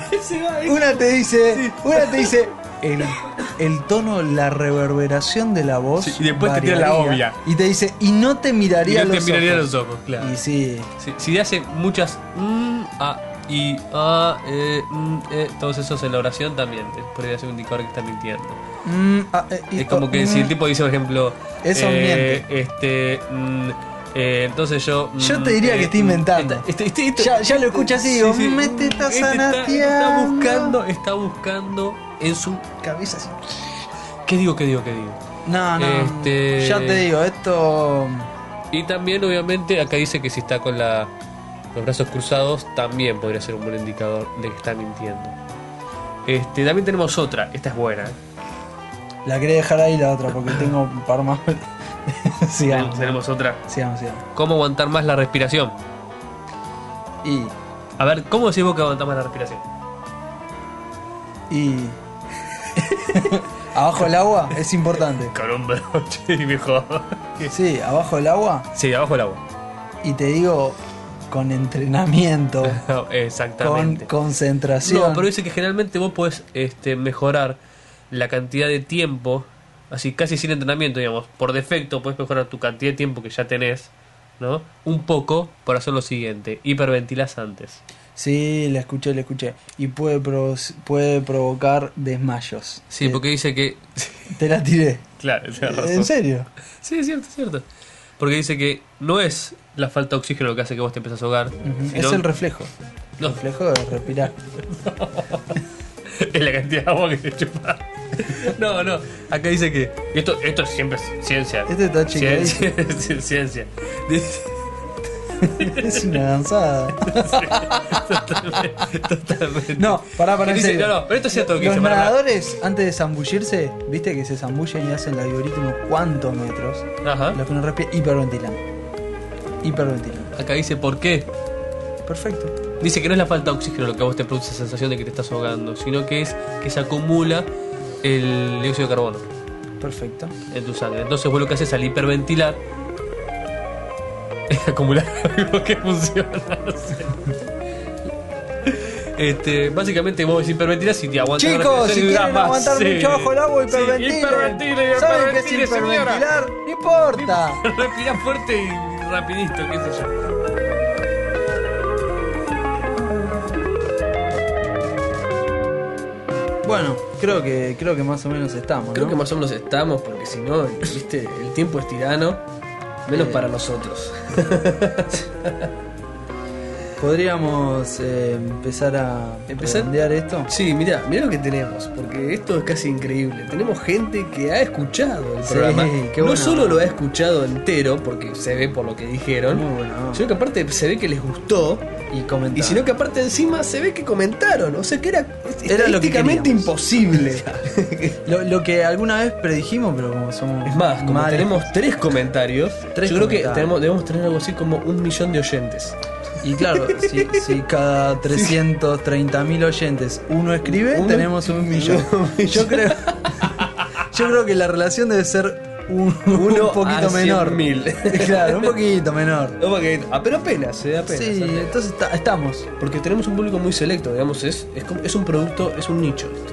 Speaker 1: Una te dice, una te dice el, el tono, la reverberación de la voz.
Speaker 5: Sí, y después te tira la
Speaker 1: variaría.
Speaker 5: obvia.
Speaker 1: Y te dice, y no te miraría
Speaker 4: Y no
Speaker 1: los
Speaker 4: te miraría
Speaker 1: ojos.
Speaker 4: los ojos, claro.
Speaker 1: Y sí,
Speaker 4: Si, si le hace muchas mm, a Y ah, eh, mm, eh, todos esos en la oración también. eh, Podría ser un indicador que está mintiendo.
Speaker 1: Mm, ah, eh, y-
Speaker 4: Es como que
Speaker 1: mm,
Speaker 4: si el tipo dice, por ejemplo,
Speaker 1: Eso
Speaker 4: eh, este, mm, eh, entonces yo. mm,
Speaker 1: Yo te diría que estoy
Speaker 4: mm,
Speaker 1: inventando.
Speaker 4: esta- este- este- este-
Speaker 1: Ya, ya lo escuchas así,
Speaker 4: Sí,
Speaker 1: digo,
Speaker 4: sí.
Speaker 1: me te estás
Speaker 4: Este está, está
Speaker 1: anateando".
Speaker 4: buscando, está buscando en su.
Speaker 1: Cabeza así.
Speaker 4: ¿Qué digo, qué digo, qué digo?
Speaker 1: No, no.
Speaker 4: Este-
Speaker 1: Ya te digo, esto.
Speaker 4: Y también, obviamente, acá dice que si está con la, los brazos cruzados, también podría ser un buen indicador de que está mintiendo. Este, también tenemos otra, esta es buena. ¿eh?
Speaker 1: La quería dejar ahí la otra porque tengo un par más. sigamos,
Speaker 4: Tenemos otra.
Speaker 1: sigamos, sigamos.
Speaker 4: ¿Cómo aguantar más la respiración?
Speaker 1: Y.
Speaker 4: A ver, ¿cómo decimos que aguantamos la respiración?
Speaker 1: Y. abajo el agua es importante.
Speaker 4: Con un broche, viejo.
Speaker 1: Sí, abajo el agua.
Speaker 4: Sí, abajo el agua.
Speaker 1: Y te digo, con entrenamiento,
Speaker 4: No,
Speaker 1: con
Speaker 4: Exactamente.
Speaker 1: concentración.
Speaker 4: No, pero dice que generalmente vos podés este, mejorar la cantidad de tiempo, así casi sin entrenamiento, digamos. Por defecto podés mejorar tu cantidad de tiempo que ya tenés, ¿no? Un poco por hacer lo siguiente, hiperventilás antes.
Speaker 1: Sí, la escuché, la escuché. Y puede, provo- puede provocar desmayos.
Speaker 4: Sí,
Speaker 1: Te-
Speaker 4: porque dice que...
Speaker 1: Te la tiré.
Speaker 4: Eh, claro, tenés razón.
Speaker 1: ¿En serio?
Speaker 4: Sí, es cierto, es cierto. Porque dice que no es la falta de oxígeno lo que hace que vos te empieces a ahogar. sino-
Speaker 1: Es el reflejo.
Speaker 4: no,
Speaker 1: El reflejo de respirar.
Speaker 4: es la cantidad de agua que te chupa. No, no, acá dice que. Esto, esto es siempre ciencia.
Speaker 1: Este está
Speaker 4: ciencia, ciencia, ciencia. Dice-
Speaker 1: Es una danzada.
Speaker 4: Totalmente.
Speaker 1: No, pará, pará. en
Speaker 4: Dice,
Speaker 1: serio.
Speaker 4: no, no, pero esto es cierto lo que
Speaker 1: Los
Speaker 4: dice, pará, pará.
Speaker 1: nadadores, antes de zambullirse, viste que se zambullen y hacen la viborita unos cuantos metros.
Speaker 4: Ajá.
Speaker 1: Los que no respiran, hiperventilan. Hiperventilan.
Speaker 4: Acá dice por qué.
Speaker 1: Perfecto.
Speaker 4: Dice que no es la falta de oxígeno lo que a vos te produce esa sensación de que te estás ahogando, sino que es que se acumula el dióxido de carbono
Speaker 1: Perfecto.
Speaker 4: en tu sangre. Entonces vos lo que haces al hiperventilar es acumular algo que funciona. no sé. Este, básicamente vos hiperventilás y te aguantas
Speaker 1: Chicos, si quieren aguantar mucho bajo el agua, hiperventilen.
Speaker 4: hiperventilen,
Speaker 1: ¿Saben qué es
Speaker 4: hiperventilen, señora.
Speaker 1: hiperventilar? No importa.
Speaker 4: Respira fuerte y rapidito, qué sé yo.
Speaker 1: Bueno, creo que, creo que más o menos estamos,
Speaker 5: Creo
Speaker 1: ¿no?
Speaker 5: que más o menos estamos, porque si no, viste, el tiempo es tirano, menos
Speaker 1: Eh.
Speaker 5: para nosotros.
Speaker 1: Podríamos eh, empezar a
Speaker 5: Empezar-
Speaker 1: redondear esto.
Speaker 5: Sí, mirá, mirá lo que tenemos, porque esto es casi increíble. Tenemos gente que ha escuchado el
Speaker 1: Sí,
Speaker 5: programa.
Speaker 1: qué
Speaker 5: no
Speaker 1: buena
Speaker 5: solo
Speaker 1: onda.
Speaker 5: lo ha escuchado entero, porque se ve por lo que dijeron,
Speaker 1: Muy buena onda.
Speaker 5: sino que aparte se ve que les gustó.
Speaker 1: Y comentar.
Speaker 5: Y sino que aparte encima se ve que comentaron, o sea que era,
Speaker 1: Era lo que
Speaker 5: estadísticamente
Speaker 1: queríamos.
Speaker 5: imposible.
Speaker 1: lo, lo que alguna vez predijimos, pero como somos
Speaker 5: Es más, como
Speaker 1: malos,
Speaker 5: tenemos tres comentarios,
Speaker 1: Tres
Speaker 5: yo creo que
Speaker 1: comentarios.
Speaker 5: tenemos, debemos tener algo así como un millón de oyentes.
Speaker 1: Y claro, si, si cada 330 mil oyentes uno escribe,
Speaker 5: Uno-
Speaker 1: tenemos un millón.
Speaker 5: un millón.
Speaker 1: Yo creo, yo creo que la relación debe ser un, un
Speaker 5: Uno
Speaker 1: poquito
Speaker 5: a
Speaker 1: menor.
Speaker 5: 100.000.
Speaker 1: Claro, un poquito menor.
Speaker 5: No, porque- ah, pero apenas, eh, apenas.
Speaker 1: Sí,
Speaker 5: apenas.
Speaker 1: entonces está- estamos.
Speaker 5: Porque tenemos un público muy selecto, digamos, es, es, como- es un producto, es un nicho esto.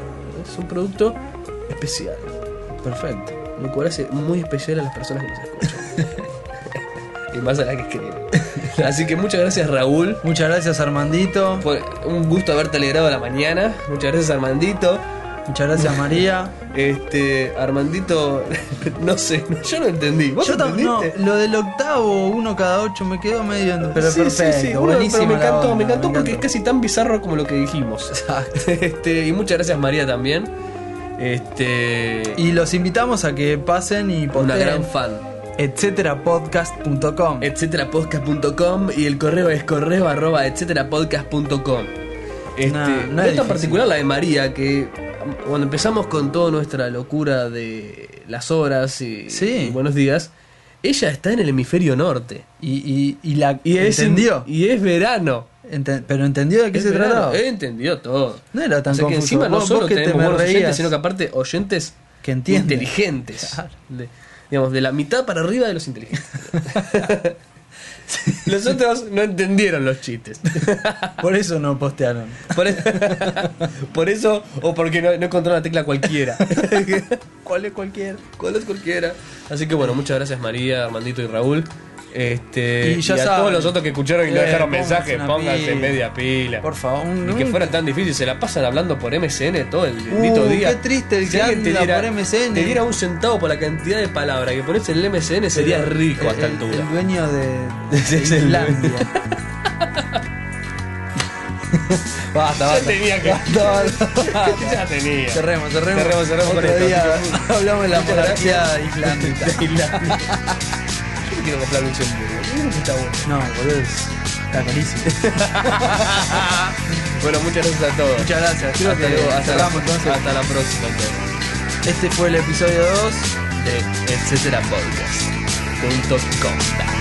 Speaker 5: Es un producto especial,
Speaker 1: Perfecto.
Speaker 5: lo cual hace muy especial a las personas que nos escuchan. y más a las que escriben. Así que muchas gracias Raúl.
Speaker 1: Muchas gracias Armandito.
Speaker 5: Fue un gusto haberte alegrado la mañana. Muchas gracias Armandito.
Speaker 1: Muchas gracias María.
Speaker 5: Este, Armandito, no sé, no, yo no entendí. ¿Vos
Speaker 1: Yo tam- no,
Speaker 5: entendiste?
Speaker 1: lo del octavo, uno cada ocho, me quedo medio... en- Pero
Speaker 5: Sí, sí, sí,
Speaker 1: perfecto,
Speaker 5: bueno,
Speaker 1: buenísimo.
Speaker 5: pero me
Speaker 1: la
Speaker 5: encantó,
Speaker 1: onda,
Speaker 5: me encantó porque
Speaker 1: encantó.
Speaker 5: es casi tan bizarro como lo que dijimos. Este, y muchas gracias María también. Este,
Speaker 1: Y los invitamos a que pasen y
Speaker 5: una gran
Speaker 1: posteen
Speaker 5: fan.
Speaker 1: etcéterapodcast.com.
Speaker 5: etcéterapodcast.com y el correo es correo arroba etcéterapodcast.com. Este,
Speaker 1: No, no es
Speaker 5: esta en
Speaker 1: difícil.
Speaker 5: particular la de María, que cuando empezamos con toda nuestra locura de las horas y,
Speaker 1: Sí.
Speaker 5: y buenos días, ella está en el hemisferio norte.
Speaker 1: Y, y, y la
Speaker 5: Y es,
Speaker 1: entendió.
Speaker 5: Y es verano.
Speaker 1: Enten- pero entendió de qué
Speaker 5: Es
Speaker 1: se
Speaker 5: verano.
Speaker 1: trataba.
Speaker 4: Eh,
Speaker 5: Entendió todo.
Speaker 1: No era tan
Speaker 5: o sea que
Speaker 1: confuso.
Speaker 5: encima no
Speaker 1: Vos-
Speaker 5: solo
Speaker 1: vos que te
Speaker 5: tenemos
Speaker 1: me
Speaker 5: buenos oyentes,
Speaker 1: reías.
Speaker 5: sino que aparte oyentes
Speaker 1: Que entienden.
Speaker 5: inteligentes. De, digamos, de la mitad para arriba de los inteligentes. los otros no entendieron los chistes.
Speaker 1: Por eso no postearon.
Speaker 5: Por eso, por eso o porque no, no encontraron la tecla cualquiera. ¿Cuál es cualquiera? ¿Cuál es cualquiera? Así que bueno, muchas gracias María, Armandito y Raúl.
Speaker 4: Este,
Speaker 1: Y
Speaker 4: y
Speaker 1: ya
Speaker 4: a
Speaker 1: saben.
Speaker 4: todos los otros que escucharon y no
Speaker 1: Eh,
Speaker 4: dejaron
Speaker 1: pónganse
Speaker 4: mensajes,
Speaker 1: una
Speaker 4: pónganse
Speaker 1: pila.
Speaker 4: media pila.
Speaker 1: Por favor, un-
Speaker 4: Ni que
Speaker 1: un-
Speaker 4: fuera tan difícil, se la pasan hablando por MSN todo el
Speaker 1: Uh,
Speaker 4: bendito día.
Speaker 1: qué triste el que
Speaker 4: alguien
Speaker 1: anda por MSN.
Speaker 4: Te diera un centavo por la cantidad de palabras que pones en el MSN sería rico
Speaker 1: el,
Speaker 4: a
Speaker 1: Eh,
Speaker 4: esta
Speaker 1: el-
Speaker 4: altura.
Speaker 1: El dueño de,
Speaker 4: Ese
Speaker 1: de
Speaker 4: es el
Speaker 1: Islandia. basta, basta.
Speaker 4: tenía que-
Speaker 1: Basta, basta.
Speaker 4: ya tenía.
Speaker 1: Cerremos, cerremos.
Speaker 4: Cerremos, cerremos con
Speaker 1: Otro
Speaker 4: esto.
Speaker 1: día hablamos de la
Speaker 4: Muchas gracias.
Speaker 1: monarquía islámica.
Speaker 4: Islandia. Yo quiero comprar Luxemburgo. Mira que está bueno.
Speaker 1: No, boludo, es- está carísimo.
Speaker 4: Bueno, muchas gracias a todos.
Speaker 1: Muchas gracias. Creo
Speaker 4: hasta,
Speaker 1: que
Speaker 4: luego, hasta, la,
Speaker 1: cerramos entonces.
Speaker 4: hasta la próxima entonces,
Speaker 1: Este fue el episodio 2.
Speaker 4: de etcétera podcast.com.